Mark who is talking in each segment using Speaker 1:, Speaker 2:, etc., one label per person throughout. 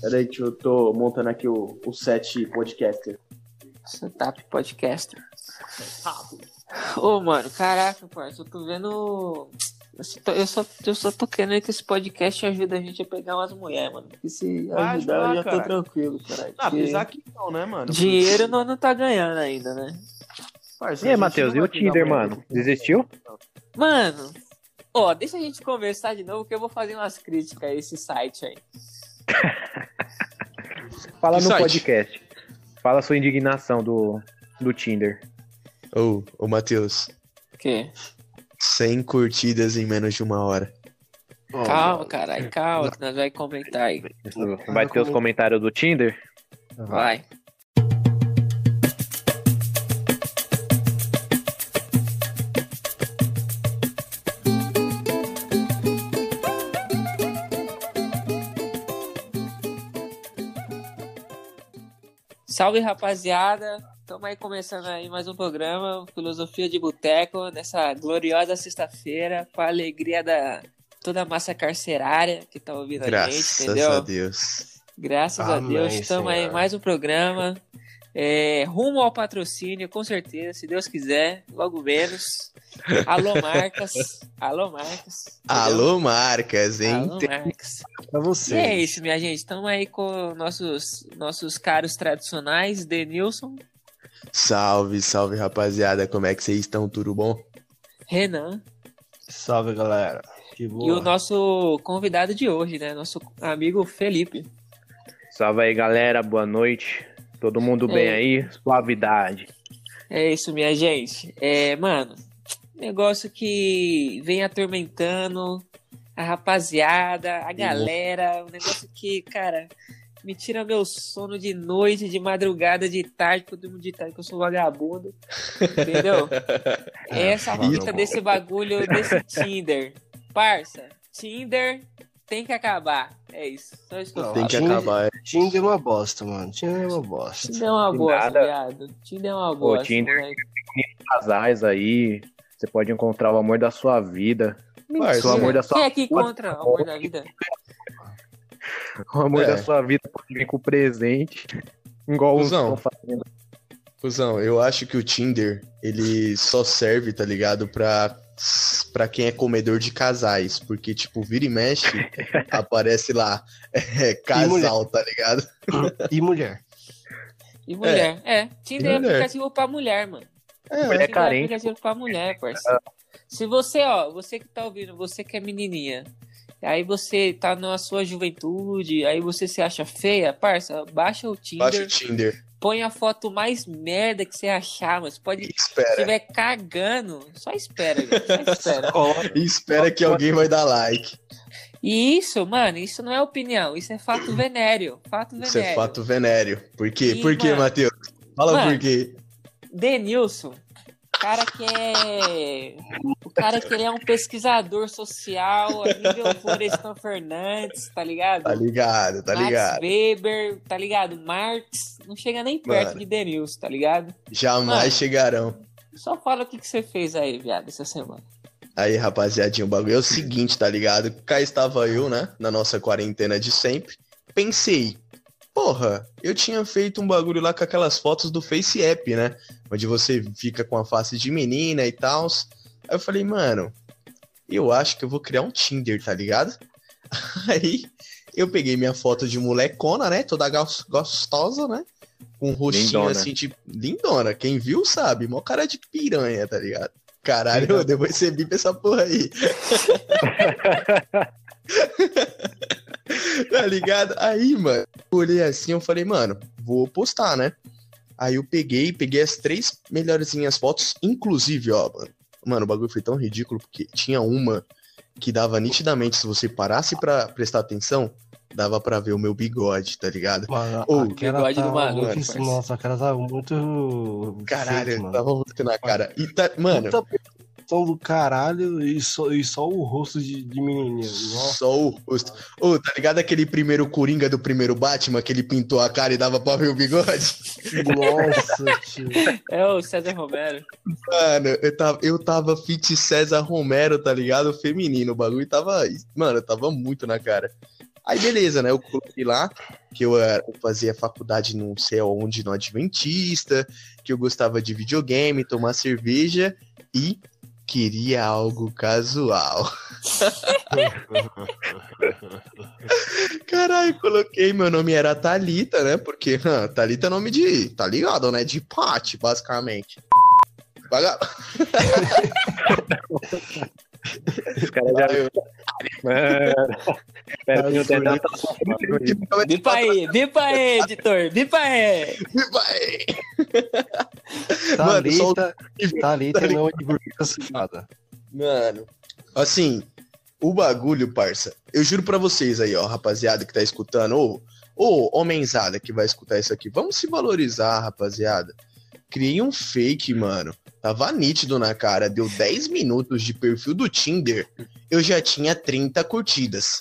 Speaker 1: Peraí, tio, eu tô montando aqui o, o set podcaster.
Speaker 2: Setup Podcaster. Ô, mano, caraca, parça, eu tô vendo. Eu só tô, eu, só, eu só tô querendo que esse podcast ajude a gente a pegar umas mulheres, mano. Porque se
Speaker 3: Vai ajudar,
Speaker 2: ajudar, eu já tô
Speaker 3: cara.
Speaker 2: tranquilo, caralho.
Speaker 3: Ah,
Speaker 2: porque
Speaker 3: apesar que não, né, mano?
Speaker 2: Dinheiro nós não tá ganhando ainda, né?
Speaker 3: Parça,
Speaker 4: E
Speaker 3: a
Speaker 4: aí,
Speaker 3: gente
Speaker 4: Matheus,
Speaker 3: não
Speaker 4: e o
Speaker 3: vai pegar
Speaker 4: Tinder,
Speaker 3: mulher.
Speaker 4: mano? Desistiu?
Speaker 2: Mano, ó, deixa a gente conversar de novo que eu vou fazer umas críticas a esse site aí.
Speaker 4: Fala
Speaker 5: Que
Speaker 4: no
Speaker 5: site?
Speaker 4: podcast. Fala a sua indignação do, do Tinder.
Speaker 5: Ô, ô Matheus,
Speaker 2: O quê?
Speaker 5: 100 curtidas em menos de uma hora.
Speaker 2: calma, caralho, calma, que nós vamos comentar aí.
Speaker 4: Vai ter os comentários do Tinder?
Speaker 2: Vai. Salve rapaziada, estamos aí começando aí mais um programa Filosofia de Boteco nessa gloriosa sexta-feira com a alegria da toda a massa carcerária que tá ouvindo a gente,
Speaker 5: Graças
Speaker 2: entendeu?
Speaker 5: a Deus.
Speaker 2: Graças a
Speaker 6: Amém,
Speaker 2: Deus, estamos aí
Speaker 6: Senhor.
Speaker 2: mais um programa. É, rumo ao patrocínio, com certeza, se Deus quiser, logo menos. Alô, Marcas. Alô, Marcas.
Speaker 5: Alô, marcas,
Speaker 2: Entendeu?
Speaker 5: hein?
Speaker 2: Alô,
Speaker 5: Tem-
Speaker 2: Marcas.
Speaker 6: Pra
Speaker 2: E
Speaker 6: você.
Speaker 2: é isso, minha gente. Estamos aí com nossos, nossos caros tradicionais, Denilson,
Speaker 5: Salve, salve, rapaziada. Como é que vocês estão? Tudo bom?
Speaker 2: Renan
Speaker 6: Salve, galera. Que
Speaker 2: e
Speaker 6: boa.
Speaker 2: o nosso convidado de hoje, né? Nosso amigo Felipe.
Speaker 4: Salve aí, galera. Boa noite. Todo mundo bem
Speaker 2: É.
Speaker 4: aí? Suavidade.
Speaker 2: É isso, minha gente. É, mano, negócio que vem atormentando a rapaziada, a galera, um negócio que, cara, me tira meu sono de noite, de madrugada, de tarde, que eu durmo de tarde, que eu sou vagabundo. Entendeu? É Essa
Speaker 6: Isso.
Speaker 2: fita desse bagulho, desse Tinder. Parça, Tinder tem que acabar. É isso. Só isso que eu
Speaker 6: Não,
Speaker 5: Tem
Speaker 2: falo.
Speaker 5: que
Speaker 6: Alô.
Speaker 5: acabar.
Speaker 6: Tinder é uma bosta, mano. Tinder é uma bosta.
Speaker 2: Tinder é uma
Speaker 4: Tem
Speaker 2: bosta,
Speaker 4: nada.
Speaker 2: viado. Tinder é uma bosta.
Speaker 4: Tinder-
Speaker 2: moleque.
Speaker 4: Casais aí. Você pode encontrar o amor da sua vida.
Speaker 5: Parça,
Speaker 4: O amor da sua,
Speaker 2: Quem é que encontra o amor da vida?
Speaker 4: o amor
Speaker 5: É.
Speaker 4: da sua vida pode vir com presente. Igual os
Speaker 5: Cusão.
Speaker 4: estão fazendo.
Speaker 5: Cusão, eu acho que o Tinder, ele só serve, tá ligado? Pra, pra quem é comedor de casais. Porque, tipo, vira e mexe, aparece lá, é, casal, tá ligado?
Speaker 6: E mulher.
Speaker 2: E mulher. É, Tinder é
Speaker 5: E mulher.
Speaker 2: aplicativo pra mulher, mano.
Speaker 5: É,
Speaker 4: Mulher
Speaker 2: Tinder
Speaker 4: carente.
Speaker 2: é aplicativo pra mulher, parceiro. Se você, ó, você que tá ouvindo, você que é menininha, aí você tá na sua juventude, aí você se acha feia, parça, baixa o Tinder,
Speaker 5: baixa o Tinder.
Speaker 2: põe a foto mais merda que você achar, mas pode...
Speaker 5: E
Speaker 2: Se
Speaker 5: espera.
Speaker 2: tiver cagando, só espera, gente, só espera.
Speaker 5: E espera que alguém vai dar like.
Speaker 2: E isso, mano, isso não é opinião, isso é fato venéreo. Fato venéreo.
Speaker 5: Isso é fato venéreo. Por quê?
Speaker 2: Ih,
Speaker 5: por quê,
Speaker 2: mano.
Speaker 5: Matheus? Fala
Speaker 2: Mano.
Speaker 5: por quê.
Speaker 2: Denilson, o cara que é. O cara que ele é um pesquisador social, a nível Florestan Fernandes, tá ligado?
Speaker 5: Tá ligado, tá
Speaker 2: Max
Speaker 5: ligado.
Speaker 2: Weber, tá ligado? Marx, não chega nem perto
Speaker 5: Mano.
Speaker 2: de Denilson, tá ligado?
Speaker 5: Jamais
Speaker 2: Mano.
Speaker 5: chegarão.
Speaker 2: Só fala o que, que você fez aí, viado, essa semana.
Speaker 5: Aí, rapaziadinha, o bagulho é o seguinte, tá ligado? Cá estava eu, né? Na nossa quarentena de sempre. Pensei, porra, eu tinha feito um bagulho lá com aquelas fotos do Face App, né? Onde você fica com a face de menina e tal. Aí eu falei, mano, eu acho que eu vou criar um Tinder, tá ligado? Aí eu peguei minha foto de molecona, né? Toda gos- gostosa, né? Com um rostinho
Speaker 4: Lindona.
Speaker 5: assim, tipo, lindona. Quem viu sabe, mó cara de piranha, tá ligado? Caralho, depois você bipa essa porra aí. tá ligado? Aí, mano, eu olhei assim, eu falei, mano, vou postar, né? Aí eu peguei, peguei as três melhores minhas fotos, inclusive, ó, mano. Mano, o bagulho foi tão ridículo, porque tinha uma que dava nitidamente, se você parasse pra prestar atenção, dava pra ver o meu bigode, tá ligado?
Speaker 6: Mano,
Speaker 5: Ô,
Speaker 6: aquela
Speaker 2: bigode
Speaker 6: tá
Speaker 2: do maluco,
Speaker 6: muito-
Speaker 2: parceiro.
Speaker 6: Nossa, a cara tá muito.
Speaker 5: Caralho,
Speaker 6: fake, mano.
Speaker 5: dava muito na cara. E tá, mano,
Speaker 6: Puta produção do caralho e só, e só o rosto de, de menininha. Nossa.
Speaker 5: só o rosto. Ô, tá ligado aquele primeiro Coringa do primeiro Batman, que ele pintou a cara e dava pra ver o bigode?
Speaker 6: Nossa, tio.
Speaker 2: É o César Romero.
Speaker 5: Mano, eu tava, eu tava fit César Romero, tá ligado? Feminino, o bagulho tava. Mano, eu tava muito na cara. Aí beleza, né? Eu coloquei lá que eu, era- eu fazia faculdade não sei onde, no Adventista, que eu gostava de videogame, tomar cerveja e queria algo casual. Caralho, coloquei, meu nome era Thalita, né? Porque hã, Thalita é nome de, tá ligado, né? De Pati, basicamente. Vaga-
Speaker 4: Esse cara já.
Speaker 5: Tá
Speaker 4: Mano, Espero que não tenha dado
Speaker 5: Tipo,
Speaker 2: Bipa
Speaker 5: assim,
Speaker 2: aí, bipa aí, editor, bipa aí.
Speaker 5: Vai. Mano, só o tá
Speaker 6: Thalita, Thalita não é de Burkina Cigada.
Speaker 5: Mano, assim, o bagulho, parça, eu juro pra vocês aí, ó, rapaziada que tá escutando, ou, ou homenzada que vai escutar isso aqui, vamos se valorizar, rapaziada. Criei um fake, mano. Tava nítido na cara, deu 10 minutos de perfil do Tinder, eu já tinha 30 curtidas.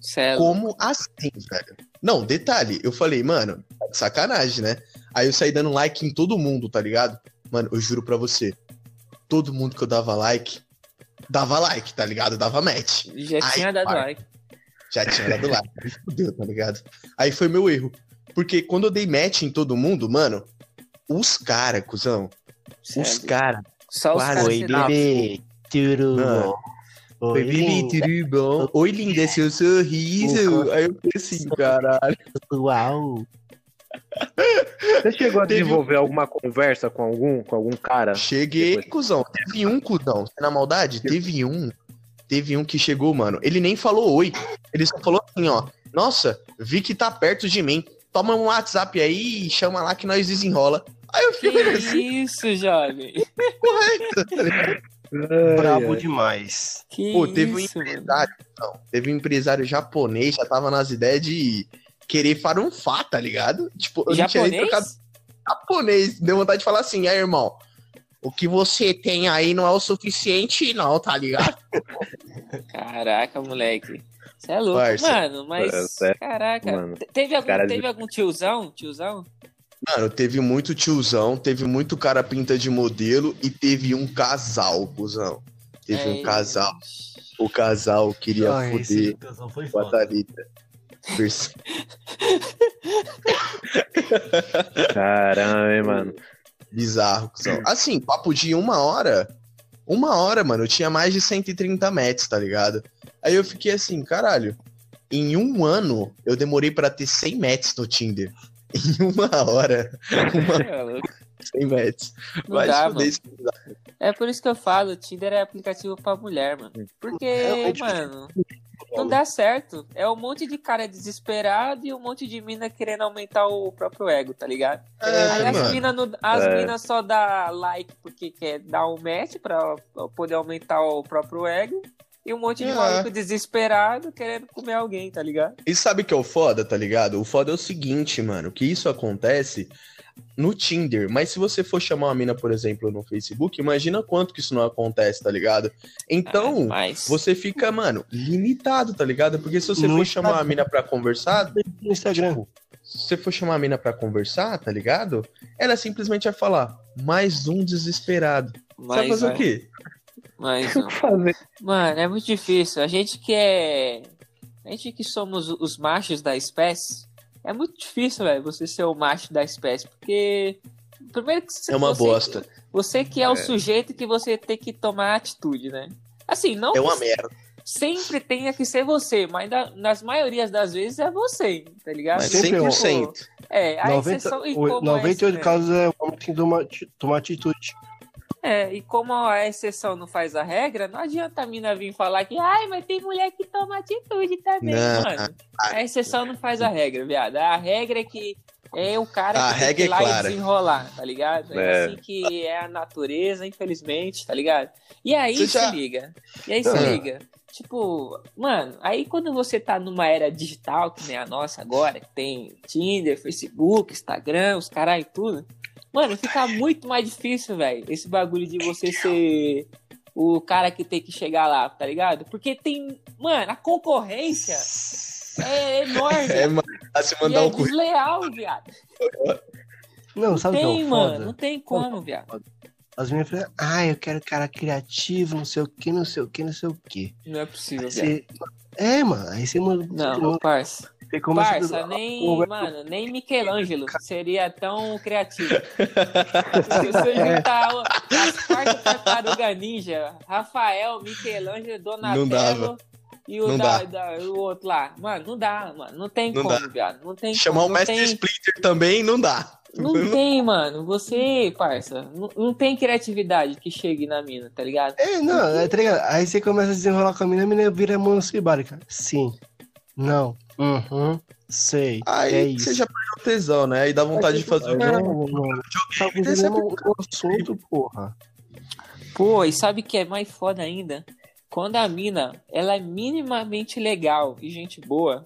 Speaker 2: Celo.
Speaker 5: Como assim, velho? Não, detalhe, eu falei, mano, sacanagem, né? Aí eu saí dando like em todo mundo, tá ligado? Mano, eu juro pra você, todo mundo que eu dava like, dava like, tá ligado? Dava match.
Speaker 2: Já
Speaker 5: Ai,
Speaker 2: tinha dado
Speaker 5: pai.
Speaker 2: like.
Speaker 5: Já tinha dado like. Me Fudeu, tá ligado? Aí foi meu erro. Porque quando eu dei match em todo mundo, mano, os caras, cuzão, os
Speaker 2: Celo.
Speaker 5: caras.
Speaker 2: Só os caras
Speaker 5: Oi,
Speaker 2: se davam.
Speaker 5: bebê. Tudo bom? Oi, bebê, tudo bom? Oi, linda, seu sorriso. Aí eu falei assim, caralho.
Speaker 6: Uau!
Speaker 4: Você chegou a
Speaker 5: Teve um-
Speaker 4: desenvolver alguma conversa com algum, com algum cara?
Speaker 5: Cheguei,
Speaker 4: Depois.
Speaker 5: cuzão. Teve um, cuzão. Você Na maldade, teve um. Teve um que chegou, mano. Ele nem falou oi. Ele só falou assim, ó. Nossa, vi que tá perto de mim. Toma um WhatsApp aí e chama lá que nós desenrola. Aí eu
Speaker 2: Que
Speaker 5: fiquei assim,
Speaker 2: isso, jovem.
Speaker 6: Brabo demais.
Speaker 2: Que
Speaker 5: tá Pô, teve um
Speaker 2: isso, mano.
Speaker 5: empresário, não. Teve um empresário japonês, já tava nas ideias de querer farunfar, tá ligado? Tipo, eu não tinha nem trocado
Speaker 2: Japonês?
Speaker 5: japonês. Deu vontade de falar assim, aí, irmão. O que você tem aí não é o suficiente, não, tá ligado?
Speaker 2: Caraca, moleque. Você é louco,
Speaker 5: Parça.
Speaker 2: mano. Mas,
Speaker 4: É, cê-
Speaker 2: caraca.
Speaker 4: Mano,
Speaker 2: Te- Teve algum,
Speaker 4: cara de-
Speaker 2: teve algum tiozão? Tiozão?
Speaker 5: Mano, teve muito tiozão, teve muito cara pinta de modelo e teve um casal, cuzão. Teve um
Speaker 2: É,
Speaker 5: casal. O casal queria
Speaker 6: Ai,
Speaker 5: foder
Speaker 6: esse casal foi
Speaker 5: com a
Speaker 6: foda.
Speaker 5: Thalita. Perce-
Speaker 4: Caramba, hein, mano.
Speaker 5: Bizarro, cuzão. Assim, papo de uma hora. Uma hora, mano, eu tinha mais de 130 metros, tá ligado? Aí eu fiquei assim, caralho. Em um ano, eu demorei pra ter 100 metros no Tinder. Em uma hora,
Speaker 2: Cê é louco.
Speaker 5: 100 metros.
Speaker 2: Não
Speaker 5: Vai
Speaker 2: dá,
Speaker 5: se
Speaker 2: mano.
Speaker 5: fuder, se fuder.
Speaker 2: É por isso que eu falo, o Tinder é aplicativo pra mulher, mano. Porque,
Speaker 5: Realmente.
Speaker 2: mano, não dá certo. É um monte de cara desesperado e um monte de mina querendo aumentar o próprio ego, tá ligado? Aí
Speaker 5: É,
Speaker 2: as
Speaker 5: mano.
Speaker 2: minas as
Speaker 4: É.
Speaker 2: mina só dá like porque quer dar um match pra poder aumentar o próprio ego. E um monte de
Speaker 5: É.
Speaker 2: maluco desesperado querendo comer alguém, tá ligado?
Speaker 5: E sabe o que é o foda, tá ligado? O foda é o seguinte, mano, que isso acontece no Tinder, mas se você for chamar uma mina, por exemplo, no Facebook, imagina quanto que isso não acontece, tá ligado?
Speaker 2: Ah,
Speaker 5: Então,
Speaker 2: mas...
Speaker 5: você fica, mano, limitado, tá ligado? Porque se você
Speaker 6: No
Speaker 5: for chamar uma mina pra conversar, tipo,
Speaker 6: No Instagram.
Speaker 5: se você for chamar a mina pra conversar, tá ligado? Ela simplesmente vai falar, mais um desesperado. Sabe
Speaker 2: mas, é.
Speaker 5: fazer o
Speaker 2: mas,
Speaker 5: quê?
Speaker 2: mas não. Mano, é muito difícil. A gente que é. A gente que somos os machos da espécie, é muito difícil, velho, você ser o macho da espécie, porque. Primeiro que você.
Speaker 5: É uma
Speaker 2: você-
Speaker 5: bosta.
Speaker 2: Você que é, o sujeito que você tem que tomar atitude, né? Assim, não
Speaker 5: É uma
Speaker 2: que
Speaker 5: merda.
Speaker 2: sempre tenha que ser você, mas na- nas maiorias das vezes é você, tá ligado?
Speaker 5: Mas é
Speaker 6: sempre
Speaker 5: 100%.
Speaker 2: É, a
Speaker 6: 90,
Speaker 2: exceção. E
Speaker 6: oi-
Speaker 2: como
Speaker 6: 98
Speaker 2: a,
Speaker 6: casos é o homem que tem que tomar ati- tomar atitude.
Speaker 2: É, e como a exceção não faz a regra, não adianta a mina vir falar que, ai, mas tem mulher que toma atitude também,
Speaker 5: Não.
Speaker 2: mano. A exceção não faz a regra, viado. A regra é que é o cara
Speaker 5: A
Speaker 2: que tem que
Speaker 5: regra
Speaker 2: ir
Speaker 5: é
Speaker 2: lá
Speaker 5: clara.
Speaker 2: e desenrolar, tá ligado? É,
Speaker 4: É.
Speaker 2: assim que é a natureza, infelizmente, tá ligado? E aí
Speaker 5: Você
Speaker 2: se
Speaker 5: já-
Speaker 2: liga. E aí
Speaker 5: Ah.
Speaker 2: se liga. Tipo, mano, aí quando você tá numa era digital, que nem a nossa agora, que tem Tinder, Facebook, Instagram, os caralho e tudo, mano, fica muito mais difícil, velho, esse bagulho de você ser o cara que tem que chegar lá, tá ligado? Porque tem, mano, a concorrência é enorme.
Speaker 5: É, mano, a se
Speaker 2: e
Speaker 5: mandar
Speaker 2: é
Speaker 5: um currículo.
Speaker 2: desleal, viado.
Speaker 6: Não,
Speaker 2: Não
Speaker 6: sabe o que
Speaker 2: tem,
Speaker 6: é o
Speaker 2: mano.
Speaker 6: foda?
Speaker 2: Não tem como, viado.
Speaker 6: As meninas falam, ah, eu quero cara criativo, não sei o que, não sei o que, não sei o que.
Speaker 2: Não é possível, viado.
Speaker 6: Você, É, mano. Aí você manda.
Speaker 2: Não, parça.
Speaker 6: Você começa a-
Speaker 2: Parça, nem,
Speaker 6: Ô, velho.
Speaker 2: mano, nem Michelangelo seria tão criativo. Se você
Speaker 6: É.
Speaker 2: juntar o- as partes da Tartaruga Ninja, Rafael, Michelangelo, Donatello
Speaker 5: Não dava.
Speaker 2: e o,
Speaker 5: Não
Speaker 2: da- da- o outro lá. Mano, não dá, mano. Não tem
Speaker 5: Não
Speaker 2: como,
Speaker 5: dá.
Speaker 2: viado. Não tem
Speaker 5: Chamar
Speaker 2: como,
Speaker 5: o
Speaker 2: não
Speaker 5: Mestre
Speaker 2: tem-
Speaker 5: Splinter também não dá.
Speaker 2: Não tem, mano. Você, parça, não, não tem criatividade que chegue na mina, tá ligado?
Speaker 6: É, não, é, tá ligado? Aí você começa a desenrolar com a mina, a mina vira monossibárica. Sim. Não. Uhum. Sei.
Speaker 5: Aí
Speaker 6: é
Speaker 5: você
Speaker 6: isso.
Speaker 5: já perdeu o tesão, né? E dá vontade de fazer.
Speaker 6: Mas não, mano. Tá
Speaker 5: desse
Speaker 6: fazendo um assunto, porra.
Speaker 2: Pô, e sabe o que é mais foda ainda? Quando a mina, ela é minimamente legal e gente boa.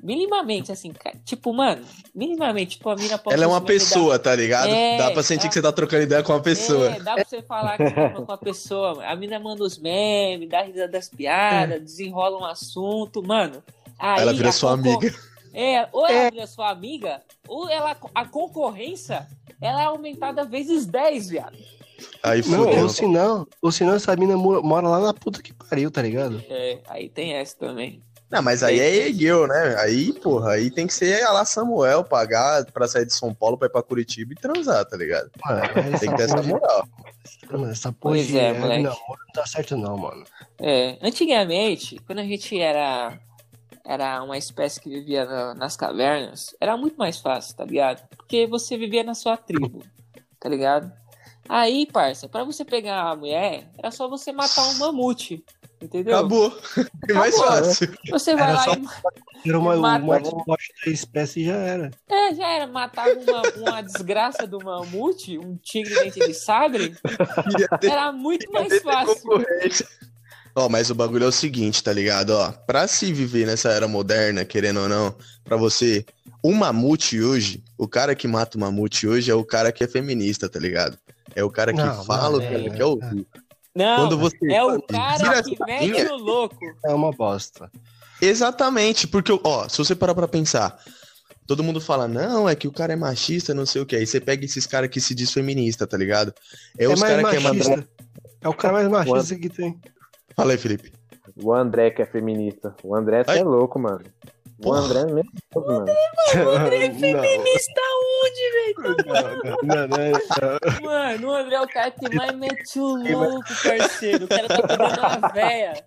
Speaker 2: Minimamente, assim, ca- tipo, mano, minimamente, tipo, a mina pode
Speaker 5: Ela é uma
Speaker 2: simplesmente dar-
Speaker 5: pessoa, tá ligado?
Speaker 2: É,
Speaker 5: dá pra sentir
Speaker 2: ela-
Speaker 5: que você tá trocando ideia com uma pessoa.
Speaker 2: É, dá pra você falar que você tá com a pessoa. A mina manda os memes, dá risada das piadas, desenrola um assunto, mano. Aí
Speaker 5: ela vira
Speaker 2: a
Speaker 5: sua
Speaker 2: concor-
Speaker 5: amiga.
Speaker 2: É, ou ela
Speaker 6: É.
Speaker 2: vira sua amiga, ou ela, a concorrência, ela é aumentada vezes 10, viado. é.
Speaker 5: Aí
Speaker 6: Não,
Speaker 5: fudeu.
Speaker 6: ou se não, ou se não, essa mina mo- mora lá na puta que pariu, tá ligado?
Speaker 2: É, aí tem essa também.
Speaker 5: Não, mas aí é Egeu, né? Aí, porra, aí tem que ser a lá Samuel pagar pra sair de São Paulo pra ir pra Curitiba e transar, tá ligado?
Speaker 6: Mano, essa
Speaker 5: Tem que ter essa né?
Speaker 6: porra de-
Speaker 5: moral.
Speaker 6: mano, essa porra
Speaker 2: Pois
Speaker 6: de
Speaker 2: é,
Speaker 6: é,
Speaker 2: moleque.
Speaker 6: namoro não tá certo não, mano.
Speaker 2: É, antigamente, quando a gente era era uma espécie que vivia na- nas cavernas, era muito mais fácil, tá ligado? Porque você vivia na sua tribo, tá ligado? Aí, parça, pra você pegar a mulher, era só você matar um mamute, entendeu?
Speaker 5: Acabou. É mais
Speaker 2: Acabou.
Speaker 5: fácil.
Speaker 2: Você vai
Speaker 6: Era
Speaker 2: lá
Speaker 6: só-
Speaker 2: e
Speaker 6: Era uma,
Speaker 2: Mata-
Speaker 6: uma desboche da espécie e já era.
Speaker 2: É, já era, matava uma, uma desgraça do mamute, um tigre dente de sabre,
Speaker 5: Queria ter-
Speaker 2: era muito mais
Speaker 5: ter
Speaker 2: fácil.
Speaker 5: concorrência. Ó, mas o bagulho é o seguinte, tá ligado? Ó, pra se viver nessa era moderna, querendo ou não, pra você, um mamute hoje, o cara que mata o mamute hoje é o cara que é feminista, tá ligado? É o cara que
Speaker 6: Não,
Speaker 5: fala o
Speaker 6: não,
Speaker 5: que
Speaker 2: é,
Speaker 5: ele
Speaker 6: é.
Speaker 5: quer ouvir.
Speaker 2: Não,
Speaker 5: Quando você
Speaker 2: é o
Speaker 5: vira
Speaker 2: cara que
Speaker 5: essa
Speaker 2: mete
Speaker 5: linha-
Speaker 2: o louco.
Speaker 6: É uma bosta.
Speaker 5: Exatamente, porque, ó, se você parar pra pensar, todo mundo fala, não, é que o cara é machista, não sei o que. Aí você pega esses caras que se diz feminista, tá ligado? É, os caras que é matar.
Speaker 6: É o cara mais machista que tem.
Speaker 5: Fala aí, Felipe.
Speaker 3: O André que é feminista. O André cê
Speaker 5: Ai.
Speaker 3: é louco, mano.
Speaker 5: Porra.
Speaker 3: O André é mesmo louco, mano.
Speaker 2: O André é feminista onde, velho?
Speaker 6: Não, não, não.
Speaker 2: Mano, o André é o cara que mais mete o louco, parceiro. O cara tá pegando uma véia.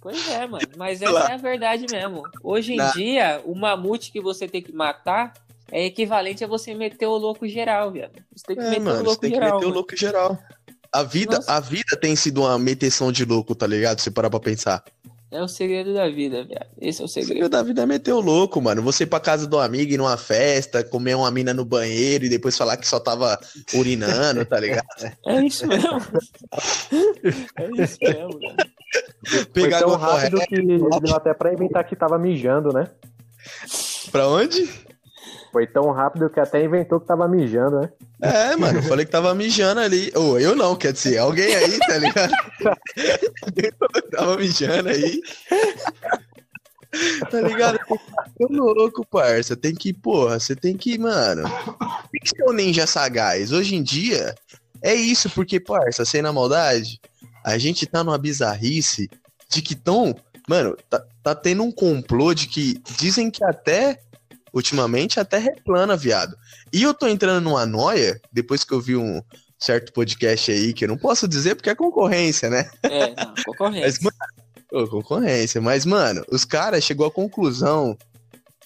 Speaker 2: Pois é, mano. Mas essa é a verdade mesmo. Hoje em
Speaker 5: Não.
Speaker 2: dia, o mamute que você tem que matar é equivalente a você meter o louco geral, velho. Você tem que
Speaker 5: É,
Speaker 2: meter o
Speaker 5: mano, você
Speaker 2: louco
Speaker 5: tem que
Speaker 2: geral.
Speaker 5: meter o
Speaker 2: mano.
Speaker 5: louco geral. A vida,
Speaker 2: Nossa.
Speaker 5: a vida tem sido uma meteção de louco, tá ligado? Se parar pra pensar.
Speaker 2: É o segredo da vida, velho. Esse é o
Speaker 5: O
Speaker 2: segredo.
Speaker 5: segredo da vida é meter o louco, mano. Você ir pra casa de um amigo, ir numa festa, comer uma mina no banheiro e depois falar que só tava urinando, tá ligado?
Speaker 2: É isso mesmo. é isso mesmo, velho.
Speaker 3: Foi
Speaker 5: Pegar
Speaker 3: tão
Speaker 5: água
Speaker 3: rápido
Speaker 5: correta.
Speaker 3: que deu até pra inventar que tava mijando, né?
Speaker 5: Pra onde?
Speaker 3: Foi tão rápido que até inventou que tava mijando, né?
Speaker 5: É, mano, eu falei que tava mijando ali. Ou eu não, quer dizer, alguém aí, tá ligado? tava mijando aí. tá ligado? Tô louco, parça. Tem que, porra, você tem que, mano. Tem que ser um ninja sagaz. Hoje em dia, é isso, porque, parça, sem na maldade, a gente tá numa bizarrice de que tão. Mano, tá, tá tendo um complô de que dizem que até. Ultimamente a Terra é plana, viado. E eu tô entrando numa noia, depois que eu vi um certo podcast aí, que eu não posso dizer porque é concorrência, né?
Speaker 2: É, não, concorrência.
Speaker 5: Mas, mano, ô, concorrência. Mas, mano, os caras chegou à conclusão